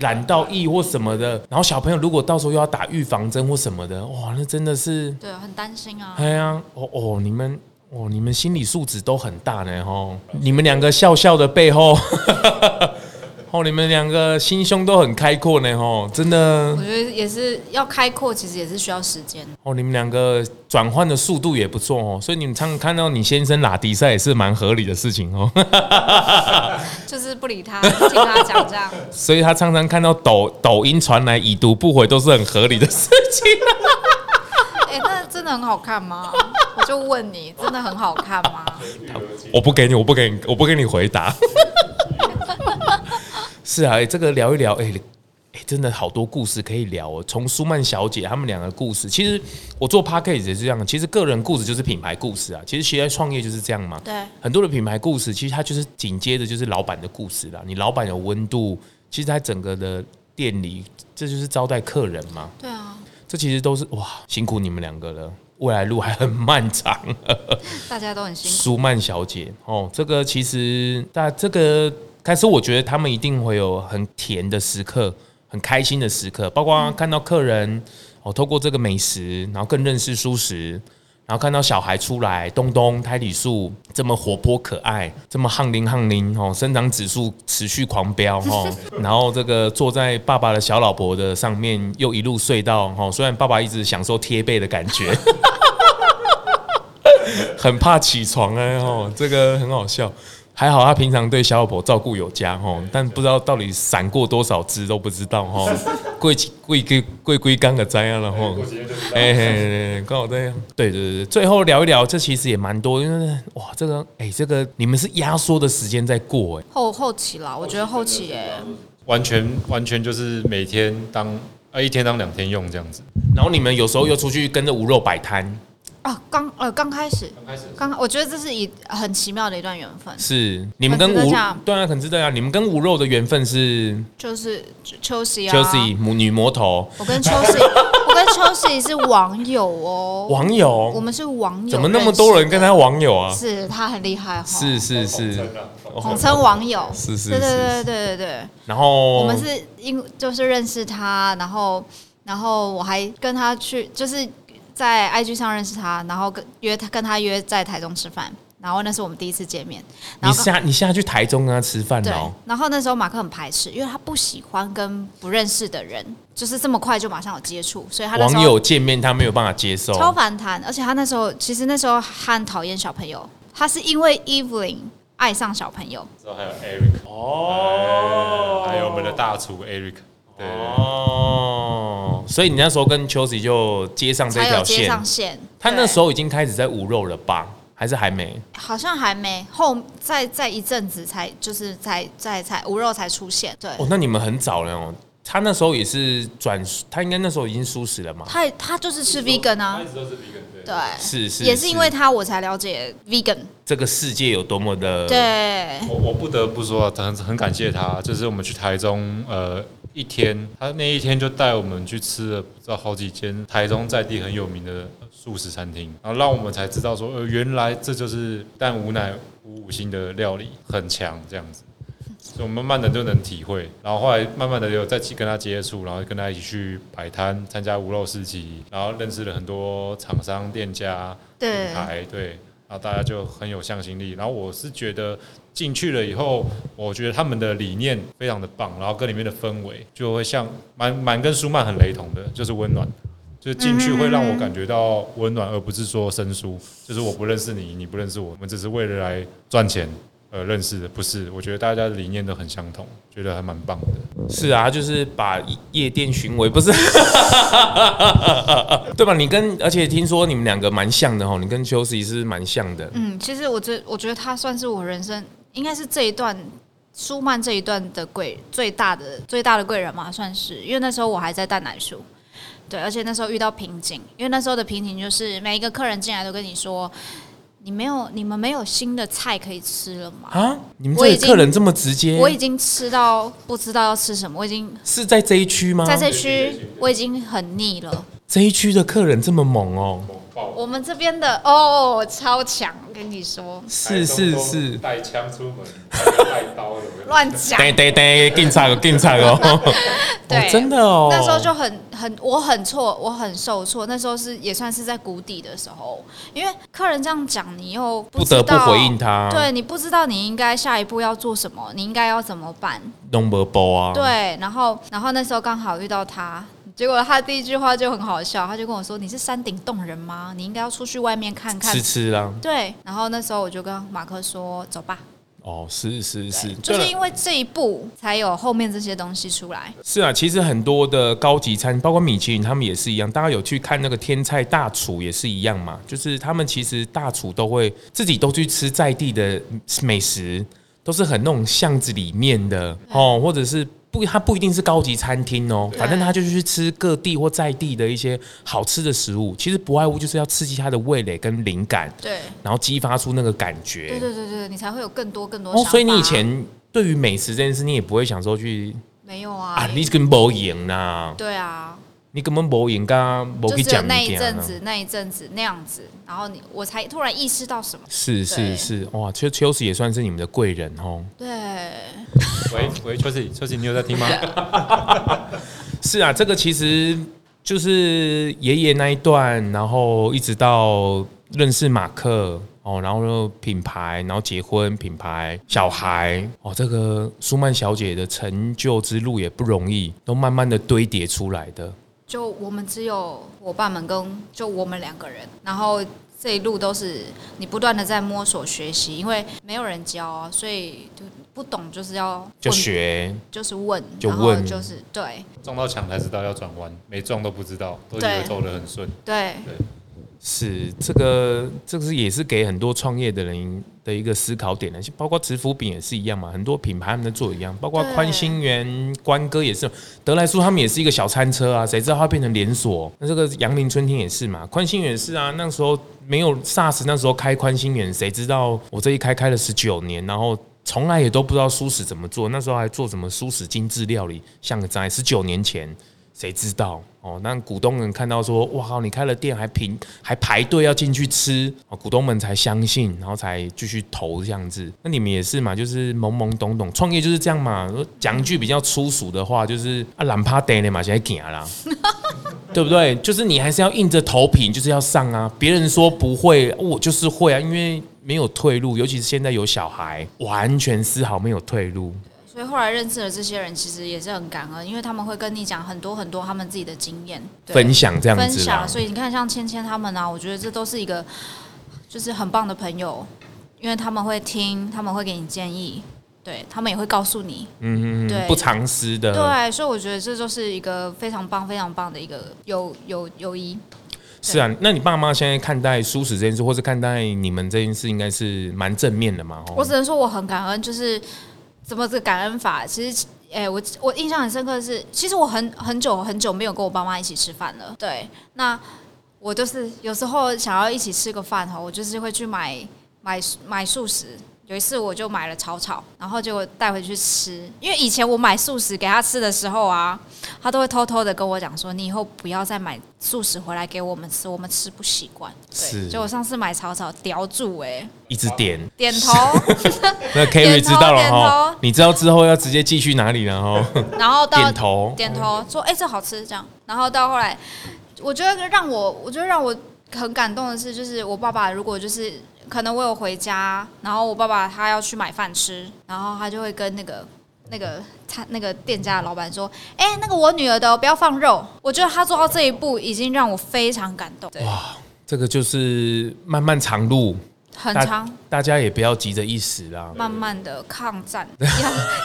[SPEAKER 2] 染到疫或什么的，然后小朋友如果到时候又要打预防针或什么的，哇，那真的是，
[SPEAKER 3] 对，很担心啊，
[SPEAKER 2] 哎呀，哦哦，你们哦，你们心理素质都很大呢，哦，你们两个笑笑的背后， [laughs] 哦，你们两个心胸都很开阔呢，哦，真的
[SPEAKER 3] 我，觉得也是要开阔，其实也是需要时间，
[SPEAKER 2] 哦，你们两个转换的速度也不错哦，所以你们常看到你先生拉迪赛也是蛮合理的事情哦，
[SPEAKER 3] 就是不理他，听他讲这样，
[SPEAKER 2] [laughs] 所以他常常看到抖抖音传来已读不回都是很合理的事情。
[SPEAKER 3] [laughs] 哎，那真的很好看吗？我就问你，真的很好看
[SPEAKER 2] [laughs]
[SPEAKER 3] 吗？
[SPEAKER 2] 我不给你，我不给你，我不给你回答。 [laughs] 是啊，欸这个聊一聊，哎、哎、真的好多故事可以聊哦。从舒曼小姐他们两个故事，其实我做 p a c k a g e 也是这样，其实个人故事就是品牌故事啊。其实现在创业就是这样嘛。
[SPEAKER 3] 对
[SPEAKER 2] 很多的品牌故事，其实它就是紧接着就是老板的故事啦。你老板有温度，其实他整个的店里，这就是招待客人嘛。
[SPEAKER 3] 对啊，
[SPEAKER 2] 这其实都是哇，辛苦你们两个了，未来路还很漫长。
[SPEAKER 3] 大家都很辛苦。
[SPEAKER 2] 舒曼小姐哦，这个其实大这个，但是我觉得他们一定会有很甜的时刻，很开心的时刻，包括看到客人哦，透过这个美食，然后更认识舒适。然后看到小孩出来，东东、胎里素这么活泼可爱，这么夯灵夯灵哦，生长指数持续狂飙哦。
[SPEAKER 3] [laughs]
[SPEAKER 2] 然后这个坐在爸爸的小老婆的上面，又一路睡到哦，虽然爸爸一直享受贴背的感觉，很怕起床哎、哦，这个很好笑。还好他平常对小老婆照顾有加哦，但不知道到底闪过多少只都不知道哦。贵贵贵贵贵刚个灾样了哦。哎、嘿嘿嘿刚好这样。对对对，最后聊一聊，这其实也蛮多，因为哇，这个哎、这个你们是压缩的时间在过哎、
[SPEAKER 3] 后后期啦，我觉得后期哎耶，
[SPEAKER 4] 完全完全就是每呃天当啊一天当两天用这样子，
[SPEAKER 2] 然后你们有时候又出去跟着无肉摆摊，
[SPEAKER 3] 啊，刚呃刚开始，
[SPEAKER 4] 刚开始
[SPEAKER 3] 刚我觉得这是一很奇妙的一段缘分，
[SPEAKER 2] 是你们跟
[SPEAKER 3] 肯
[SPEAKER 2] 无
[SPEAKER 3] 斯特酱
[SPEAKER 2] 对啊，肯是这样，你们跟无肉的缘分是
[SPEAKER 3] 就是秋秋喜啊，
[SPEAKER 2] Chelsea 母女魔头
[SPEAKER 3] 我跟秋
[SPEAKER 2] [laughs]
[SPEAKER 3] 喜，我跟秋喜是网友哦，
[SPEAKER 2] 网
[SPEAKER 3] 我
[SPEAKER 2] 友，
[SPEAKER 3] 们是网友，
[SPEAKER 2] 怎么那么多人跟他？网友啊？
[SPEAKER 3] 是他很厉害哦，
[SPEAKER 2] 是是是，
[SPEAKER 3] 统称网友，
[SPEAKER 2] 是是
[SPEAKER 3] 对对
[SPEAKER 2] 是
[SPEAKER 3] 对对对对，
[SPEAKER 2] 然后
[SPEAKER 3] 我们是因就是认识他，然后然后我还跟他去，就是在 IG 上认识他，然后跟约他跟他约在台中吃饭，然后那是我们第一次见面，然
[SPEAKER 2] 你
[SPEAKER 3] 后刚。
[SPEAKER 2] 下你下去台中跟他吃饭
[SPEAKER 3] 对
[SPEAKER 2] 哦，，
[SPEAKER 3] 然后那时候马克很排斥，因为他不喜欢跟不认识的人，就是这么快就马上有接触，所以他那时
[SPEAKER 2] 网
[SPEAKER 3] 候
[SPEAKER 2] 友见面他没有办法接受，
[SPEAKER 3] 超反弹，而且他那时候其实那时候他很讨厌小朋友，他是因为 Evelyn 爱上小朋友，
[SPEAKER 4] 之后还有 Eric
[SPEAKER 2] 哎
[SPEAKER 4] 哦，还有我们的大厨 Eric，对，
[SPEAKER 2] 哦，所以你那时候跟 Chelsea 就接上这
[SPEAKER 3] 才有
[SPEAKER 2] 条
[SPEAKER 3] 接
[SPEAKER 2] 线，
[SPEAKER 3] 上线。
[SPEAKER 2] 他那
[SPEAKER 3] 对
[SPEAKER 2] 时候已经开始在无肉了吧？还是还没？
[SPEAKER 3] 好像还没后，再再一阵子才就是才才才无肉才出现，对。
[SPEAKER 2] 哦，那你们很早了哦。他那时候也是转，他应该那时候已经素食了嘛？
[SPEAKER 3] 他他就是吃 vegan 啊
[SPEAKER 4] 一，直都是 vegan，
[SPEAKER 3] 对，
[SPEAKER 2] 是是，
[SPEAKER 3] 也是因为他我才了解 vegan，
[SPEAKER 2] 这个世界有多么的
[SPEAKER 3] 对，
[SPEAKER 4] 我我不得不说，啊很很感谢他，就是我们去台中，呃，一天，他那一天就带我们去吃了不知道好几间台中在地很有名的素食餐厅，然后让我们才知道说，呃，原来这就是蛋无奶无五星的料理很强这样子。所以我慢慢的就能体会，然后后来慢慢的有再去跟他接触，然后跟他一起去摆摊，参加无肉市集，然后认识了很多厂商、店家、
[SPEAKER 3] 对
[SPEAKER 4] 品牌，对，然后大家就很有向心力。然后我是觉得进去了以后，我觉得他们的理念非常的棒，然后跟里面的氛围就会像蛮蛮跟舒曼很雷同的，就是温暖。就是进去会让我感觉到温暖，而不是说生疏。就是我不认识你，你不认识我，我们只是为了来赚钱而认识的，不是？我觉得大家的理念都很相同，觉得还蛮棒的。
[SPEAKER 2] 是啊，就是把夜店巡回，不是？ [laughs] 对吧？你跟而且听说你们两个蛮像的哦，你跟 Chelsea 是蛮像的。
[SPEAKER 3] 嗯，其实我觉我觉得他算是我人生应该是这一段舒曼这一段的贵最大的最大的贵人嘛，算是，因为那时候我还在蛋奶树，对，而且那时候遇到瓶颈，因为那时候的瓶颈就是每一个客人进来都跟你说，你没有你们没有新的菜可以吃了吗？
[SPEAKER 2] 啊！你们
[SPEAKER 3] 我
[SPEAKER 2] 这
[SPEAKER 3] 已
[SPEAKER 2] 里
[SPEAKER 3] 经
[SPEAKER 2] 客人这么直接
[SPEAKER 3] 我，已经吃到不知道要吃什么，我已经
[SPEAKER 2] 是在这一区吗？
[SPEAKER 3] 在这区我已经很腻了。
[SPEAKER 2] 这一区的客人这么猛哦，
[SPEAKER 3] 我们这边的哦超强，跟你说
[SPEAKER 2] 是是是，
[SPEAKER 4] 带枪出门，带刀的。
[SPEAKER 3] 乱讲。
[SPEAKER 2] 对对对，警察哦，警察哦，
[SPEAKER 3] [laughs] 对
[SPEAKER 2] 哦真的哦，
[SPEAKER 3] 那时候就很很，我很错，我很受挫。那时候是也算是在谷底的时候，因为客人这样讲，你又不
[SPEAKER 2] 不
[SPEAKER 3] 知道
[SPEAKER 2] 得不回应他，
[SPEAKER 3] 对你不知道你应该下一步要做什么，你应该要怎么办？
[SPEAKER 2] ，number b 啊，，
[SPEAKER 3] 对，然后然后那时候刚好遇到他，结果他第一句话就很好笑，他就跟我说：“你是山顶洞人吗？你应该要出去外面看看
[SPEAKER 2] 吃。吃啦，”
[SPEAKER 3] 对，然后那时候我就跟马克说：“走吧。
[SPEAKER 2] 哦，是是是，”
[SPEAKER 3] 就
[SPEAKER 2] 对了
[SPEAKER 3] 是因为这一步，才有后面这些东西出来。
[SPEAKER 2] 是啊，其实很多的高级餐，包括米其林，他们也是一样。大家有去看那个天菜大厨也是一样嘛，就是他们其实大厨都会自己都去吃在地的美食，都是很那种巷子里面的哦，或者是不，它不一定是高级餐厅哦，反正他就去吃各地或在地的一些好吃的食物。其实不外乎就是要刺激他的味蕾跟灵感，
[SPEAKER 3] 对，
[SPEAKER 2] 然后激发出那个感觉。
[SPEAKER 3] 对对对对，你才会有更多更多
[SPEAKER 2] 哦
[SPEAKER 3] 想，法。
[SPEAKER 2] 所以你以前对于美食这件事，你也不会想说去
[SPEAKER 3] 没有啊，
[SPEAKER 2] 啊，你跟无赢呐。
[SPEAKER 3] 对啊，
[SPEAKER 2] 你根本无闲噶，无
[SPEAKER 3] 就
[SPEAKER 2] 去
[SPEAKER 3] 是有
[SPEAKER 2] 讲啊
[SPEAKER 3] 那一阵子，那一阵子那样子，然后你我才突然意识到什么。
[SPEAKER 2] 是是
[SPEAKER 3] 对
[SPEAKER 2] 是，哇，秋秋实也算是你们的贵人哦。
[SPEAKER 3] 对，
[SPEAKER 4] 喂喂，秋喜，秋喜，你有在
[SPEAKER 2] [laughs]
[SPEAKER 4] 听吗？
[SPEAKER 2] 是啊，这个其实就是爷爷那一段，然后一直到认识马克哦，然后呢品牌，然后结婚、品牌、小孩哦，这个舒曼小姐的成就之路也不容易，都慢慢的堆叠出来的。
[SPEAKER 3] 就我们只有伙伴们跟就我们两个人，然后这一路都是你不断的在摸索学习，因为没有人教啊，所以就不懂就是要问
[SPEAKER 2] 就学
[SPEAKER 3] 就是问，
[SPEAKER 2] 就
[SPEAKER 3] 然后
[SPEAKER 2] 问
[SPEAKER 3] 就是对
[SPEAKER 4] 撞到墙才知道要转弯，没撞都不知道，都以为
[SPEAKER 3] 对
[SPEAKER 4] 走得很顺。
[SPEAKER 3] 对，
[SPEAKER 2] 是这个，这个是也是给很多创业的人的一个思考点的，包括直福饼也是一样嘛，很多品牌他们在做一样，包括宽心园、关哥也是，德莱叔他们也是一个小餐车啊，谁知道它变成连锁？那这个阳明春天也是嘛，宽心园也是啊，那时候没有 SARS，那时候开宽心园，谁知道我这一开开了十九年，然后。从来也都不知道素食怎么做，那时候还做什么素食精致料理，像个灾。十九年前，谁知道哦？那股东们看到说，哇靠，你开了店还平还排队要进去吃，哦，股东们才相信，然后才继续投这样子。那你们也是嘛，就是懵懵懂懂，创业就是这样嘛。讲一句比较粗俗的话，就是啊，懒趴得呢嘛，现在行
[SPEAKER 3] [laughs]
[SPEAKER 2] 啦。对不对？就是你还是要硬着头皮，就是要上啊！别人说不会，我就是会啊，因为没有退路，尤其是现在有小孩，完全丝毫没有退路。
[SPEAKER 3] 所以后来认识了这些人，其实也是很感恩，因为他们会跟你讲很多很多他们自己的经验，对
[SPEAKER 2] 分享这样
[SPEAKER 3] 分
[SPEAKER 2] 子啦
[SPEAKER 3] 享。，所以你看，像芊芊他们啊，我觉得这都是一个就是很棒的朋友，因为他们会听，他们会给你建议，对他们也会告诉你，
[SPEAKER 2] 嗯嗯嗯，
[SPEAKER 3] 对
[SPEAKER 2] 不藏私的。
[SPEAKER 3] 对，啊所以我觉得这就是一个非常棒、非常棒的一个友友友谊。
[SPEAKER 2] 是啊，那你爸妈现在看待舒适这件事，或是看待你们这件事，应该是蛮正面的嘛？哦
[SPEAKER 3] 我只能说我很感恩，就是怎么这个感恩法，其实。哎、我我印象很深刻的是，其实我很很久很久没有跟我爸妈一起吃饭了。对，那我就是有时候想要一起吃个饭哈，我就是会去买买买素食。有一次我就买了炒炒，然后结果带回去吃，因为以前我买素食给他吃的时候啊，他都会偷偷的跟我讲说，你以后不要再买素食回来给我们吃，我们吃不习惯。
[SPEAKER 2] 是
[SPEAKER 3] 对，就我上次买炒炒叼住哎、
[SPEAKER 2] 一直点，
[SPEAKER 3] 点头。
[SPEAKER 2] 那 Kerry 知道了
[SPEAKER 3] 点头
[SPEAKER 2] 哈
[SPEAKER 3] 点头，
[SPEAKER 2] 你知道之后要直接寄去哪里了哈？
[SPEAKER 3] 然后 [laughs] 到
[SPEAKER 2] 点头，
[SPEAKER 3] 点头说：“哎、这好吃。”这样，然后到后来，我觉得让我，我觉得让我很感动的是，就是我爸爸如果就是可能我有回家，然后我爸爸他要去买饭吃，然后他就会跟那个。那个他那个店家的老板说：“哎、那个我女儿的哦不要放肉。”我觉得他做到这一步已经让我非常感动。对，
[SPEAKER 2] 这个就是漫漫长路，
[SPEAKER 3] 很
[SPEAKER 2] 大
[SPEAKER 3] 长，
[SPEAKER 2] 大家也不要急着一时啦。
[SPEAKER 3] 慢慢的抗战， [laughs]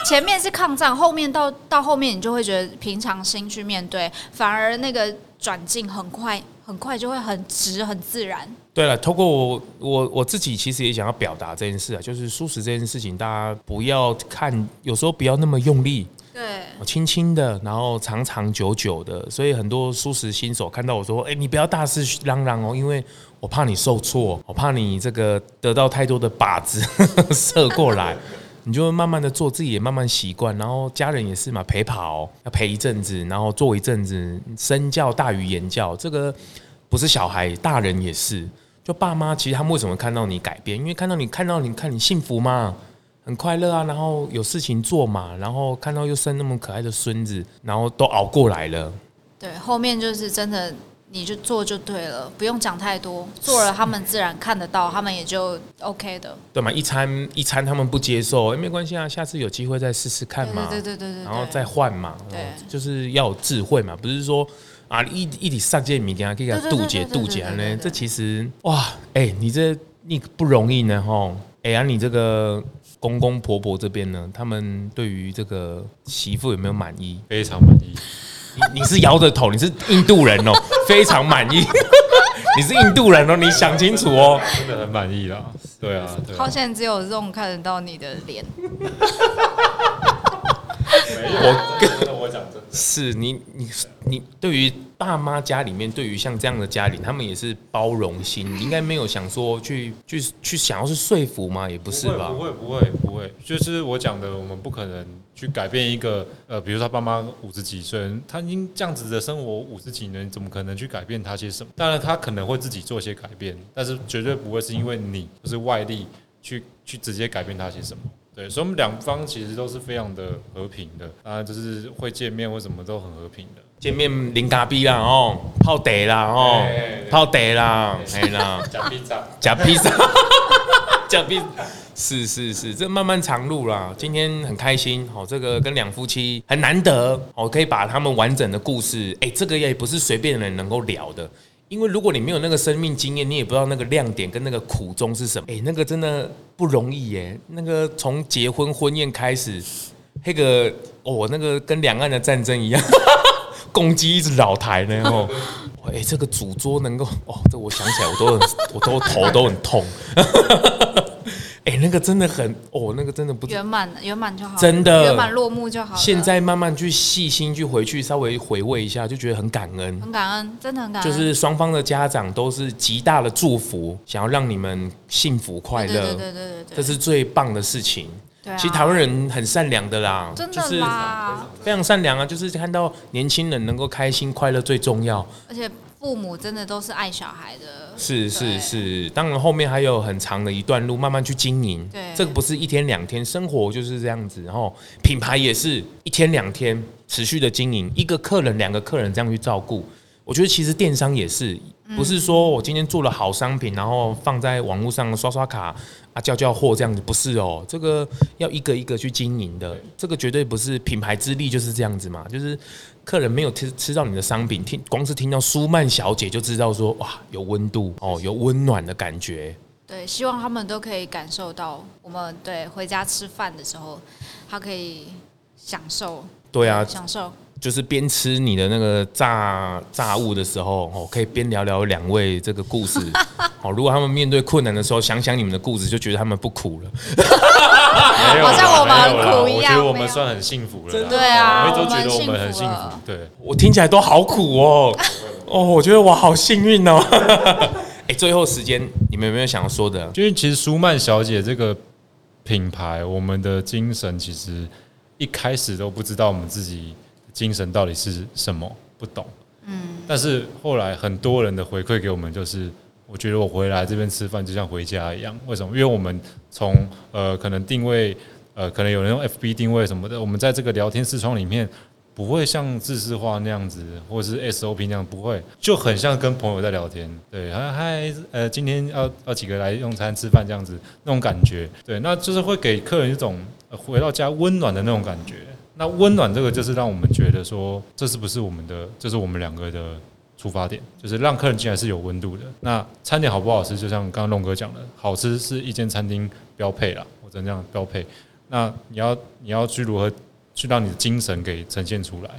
[SPEAKER 3] 前面是抗战，后面到到后面你就会觉得平常心去面对，反而那个转进很快，很快就会很直很自然。
[SPEAKER 2] 对了，透过我我我自己其实也想要表达这件事啊，就是素食这件事情，大家不要看，有时候不要那么用力，
[SPEAKER 3] 对，
[SPEAKER 2] 哦轻轻的，然后长长久久的。所以很多素食新手看到我说：“哎、你不要大肆嚷嚷哦，因为我怕你受挫，我怕你这个得到太多的靶子 [laughs] 射过来。” [laughs] 你就会慢慢的做，自己也慢慢习惯，然后家人也是嘛，陪跑要陪一阵子，然后做一阵子，身教大于言教，这个不是小孩，大人也是。就爸妈其实他们为什么看到你改变？因为看到你看到你看你幸福嘛，很快乐啊，然后有事情做嘛，然后看到又生那么可爱的孙子，然后都熬过来了。
[SPEAKER 3] 对，后面就是真的，你就做就对了，不用讲太多，做了他们自然看得到，他们也就 OK 的。
[SPEAKER 2] 对嘛？一餐一餐他们不接受，哎，没关系啊，下次有机会再试试看
[SPEAKER 3] 对
[SPEAKER 2] 嘛。
[SPEAKER 3] 对对对对对，
[SPEAKER 2] 然后再换嘛，
[SPEAKER 3] 对
[SPEAKER 2] 哦就是要有智慧嘛，不是说啊一一起上界米给他给他
[SPEAKER 3] 对对对
[SPEAKER 2] 渡解
[SPEAKER 3] 对对对
[SPEAKER 2] 渡解
[SPEAKER 3] 对对
[SPEAKER 2] 呢
[SPEAKER 3] 对？
[SPEAKER 2] 这其实哇，哎、你这你不容易呢吼，哎、呀、你这个公公婆婆这边呢，他们对于这个媳妇有没有满意？
[SPEAKER 4] 非常满意。
[SPEAKER 2] 你你是摇着头，你是印度人哦，非常满意。 [laughs] 你是印度人哦，你想清楚哦。
[SPEAKER 4] 真的很满意啦。对啊，对
[SPEAKER 3] 好
[SPEAKER 4] 啊，
[SPEAKER 3] 险只有 Zone 看得到你的脸，
[SPEAKER 2] 我跟
[SPEAKER 4] 真的我 [laughs] 讲真的，
[SPEAKER 2] 是你你你对于爸妈家里面，对于像这样的家庭，他们也是包容心，你应该没有想说去去去想要去说服吗？也不
[SPEAKER 4] 不
[SPEAKER 2] 是
[SPEAKER 4] 会
[SPEAKER 2] 吧
[SPEAKER 4] 不？会不会不会，就是我讲的，我们不可能去改变一个呃，比如说他爸妈五十几岁，他已经这样子的生活五十几年，怎么可能去改变他些什么？当然他可能会自己做些改变，但是绝对不会是因为你就是外力去去直接改变他些什么。对，所以我们两方其实都是非常的和平的，当然就是会见面或什么都很和平的。
[SPEAKER 2] 见面零咖啡啦哦，泡茶啦哦
[SPEAKER 4] 哎哎哎，
[SPEAKER 2] 泡茶啦，哎啦。
[SPEAKER 4] 讲必长，
[SPEAKER 2] 假披萨，假披萨， [laughs] 是是是，这漫漫长路啦。今天很开心，好、这个跟两夫妻很难得，哦，可以把他们完整的故事，哎、这个也不是随便人能够聊的。因为如果你没有那个生命经验，你也不知道那个亮点跟那个苦衷是什么。哎、那个真的不容易耶。那个从结婚婚宴开始，那个哦，那个跟两岸的战争一样，攻击一直扰台呢哦。哎、这个主桌能够哦，这我想起来我都很 [laughs] 我都头都很痛。 [laughs] 哎、那个真的很哦，那个真的不
[SPEAKER 3] 圆满圆满就好了，
[SPEAKER 2] 真的
[SPEAKER 3] 圆满落幕就好了。
[SPEAKER 2] 现在慢慢去细心去回去稍微回味一下，就觉得很感恩。
[SPEAKER 3] 很感恩，真的很感恩，
[SPEAKER 2] 就是双方的家长都是极大的祝福，想要让你们幸福快
[SPEAKER 3] 对
[SPEAKER 2] 乐，
[SPEAKER 3] 对对对对对，
[SPEAKER 2] 这是最棒的事情。
[SPEAKER 3] 对啊
[SPEAKER 2] 其实台湾人很善良的啦，
[SPEAKER 3] 真
[SPEAKER 2] 就
[SPEAKER 3] 的
[SPEAKER 2] 是
[SPEAKER 3] 啦，
[SPEAKER 2] 非常善良啊，就是看到年轻人能够开心快乐最重要。
[SPEAKER 3] 而且父母真的都是爱小孩的，
[SPEAKER 2] 是是
[SPEAKER 3] 对
[SPEAKER 2] 是，当然后面还有很长的一段路，慢慢去经营。
[SPEAKER 3] 对
[SPEAKER 2] 这个不是一天两天，生活就是这样子。然后品牌也是一天两天持续的经营，一个客人、两个客人这样去照顾。我觉得其实电商也是，
[SPEAKER 3] 嗯
[SPEAKER 2] 不是说我今天做了好商品，然后放在网络上刷刷卡啊、叫叫货这样子，不是哦。这个要一个一个去经营的，这个绝对不是品牌之力就是这样子嘛，就是客人没有吃吃到你的商品，听光是听到舒曼小姐就知道说哇有温度哦，有温暖的感觉。
[SPEAKER 3] 对，希望他们都可以感受到我们对回家吃饭的时候，他可以享受，
[SPEAKER 2] 对啊，
[SPEAKER 3] 享受，
[SPEAKER 2] 就是边吃你的那个炸炸物的时候，哦，可以边聊聊两位这个故事。哦，如果他们面对困难的时候，想想你们的故事，就觉得他们不苦了。
[SPEAKER 4] 没有啦
[SPEAKER 3] [laughs] 好像我们很
[SPEAKER 4] 没有啦
[SPEAKER 3] 苦一
[SPEAKER 4] 我觉
[SPEAKER 3] 样
[SPEAKER 4] 得我
[SPEAKER 3] 没
[SPEAKER 4] 们
[SPEAKER 3] 有
[SPEAKER 4] 算很幸福了啦，
[SPEAKER 3] 对啊
[SPEAKER 4] 我一直都觉得
[SPEAKER 3] 我
[SPEAKER 4] 我
[SPEAKER 3] 们
[SPEAKER 4] 们很
[SPEAKER 3] 幸
[SPEAKER 4] 幸
[SPEAKER 3] 福
[SPEAKER 4] 福
[SPEAKER 3] 了，
[SPEAKER 4] 对，
[SPEAKER 2] 我听起来都好苦哦，哦，我觉得我好幸运哦。 [laughs] 哎、最后时间，你们有没有想要说的？
[SPEAKER 4] 因为其实舒曼小姐这个品牌，我们的精神其实一开始都不知道我们自己的精神到底是什么，不懂。嗯，但是后来很多人的回馈给我们就是，我觉得我回来这边吃饭就像回家一样。为什么？因为我们从呃可能定位呃可能有人用 FB 定位什么的，我们在这个聊天视窗里面。不会像自式化那样子，或者是 SOP 那样，不会，就很像跟朋友在聊天。对，啊嗨，呃，今天要要几个来用餐吃饭这样子那种感觉。对，那就是会给客人一种呃回到家温暖的那种感觉。那温暖这个就是让我们觉得说，这是不是我们的，这是我们两个的出发点，就是让客人进来是有温度的。那餐点好不好吃，就像刚刚龙哥讲的，好吃是一间餐厅标配啦，我只能这样标配。那你要你要去如何去让你的精神给呈现出来？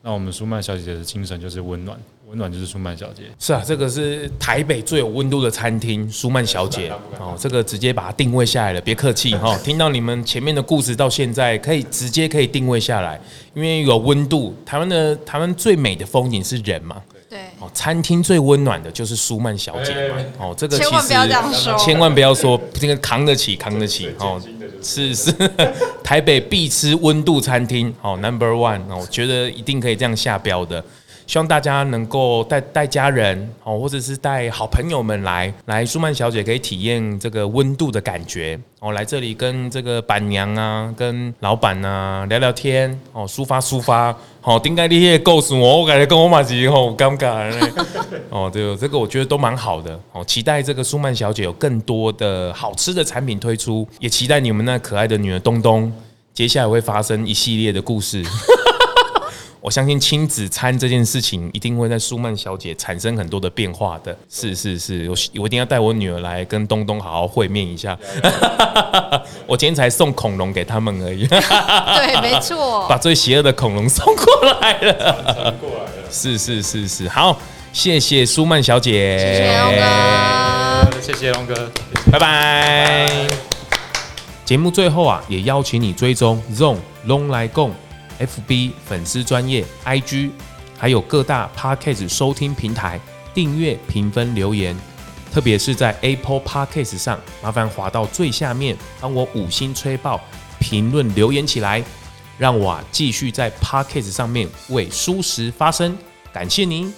[SPEAKER 4] 那我们舒曼小姐的精神就是温暖，温暖就是舒曼小姐。
[SPEAKER 2] 是啊，这个是台北最有温度的餐厅——舒曼小姐哦，这个直接把它定位下来了，别客 [laughs] 气哈、哦。听到你们前面的故事到现在，可以直接可以定位下来，因为有温度。台湾的台湾最美的风景是人嘛，
[SPEAKER 3] 对，
[SPEAKER 2] 哦，餐厅最温暖的就是舒曼小姐嘛，哦，这个其实
[SPEAKER 3] 千万不要这样说
[SPEAKER 2] 千万不要说这个扛得起，扛得起哦，是 [laughs] 是，台北必吃温度餐厅哦，Number One 哦，我觉得一定可以这样下标的。希望大家能够带带家人哦，或者是带好朋友们来来舒曼小姐可以体验这个温度的感觉哦，来这里跟这个板娘啊、跟老板啊聊聊天哦，抒发抒发哦。顶该你也告诉我，我感觉跟我马吉哦尴尬呢。哦，对，这个我觉得都蛮好的哦。期待这个舒曼小姐有更多的好吃的产品推出，也期待你们那可爱的女儿东东，接下来会发生一系列的故事。 [laughs] 我相信亲子餐这件事情一定会在舒曼小姐产生很多的变化的。是是是，我我一定要带我女儿来跟东东好好会面一下。 [laughs] 我今天才送恐龙给他们而已。
[SPEAKER 3] 对，没错，
[SPEAKER 2] 把最邪恶的恐龙送过来了， [laughs] 是是是是，好，谢谢舒曼小姐，
[SPEAKER 3] 谢谢龙哥，
[SPEAKER 4] 谢谢龙哥。
[SPEAKER 2] 拜拜。
[SPEAKER 1] 节目最后啊，也邀请你追踪 Zone Long 来共 FB 粉丝专业 IG，还有各大 Podcast 收听平台订阅、评分、留言，特别是在 Apple Podcast 上，麻烦滑到最下面，帮我五星吹爆，评论留言起来，让我啊继续在 Podcast 上面为舒适发声。感谢您。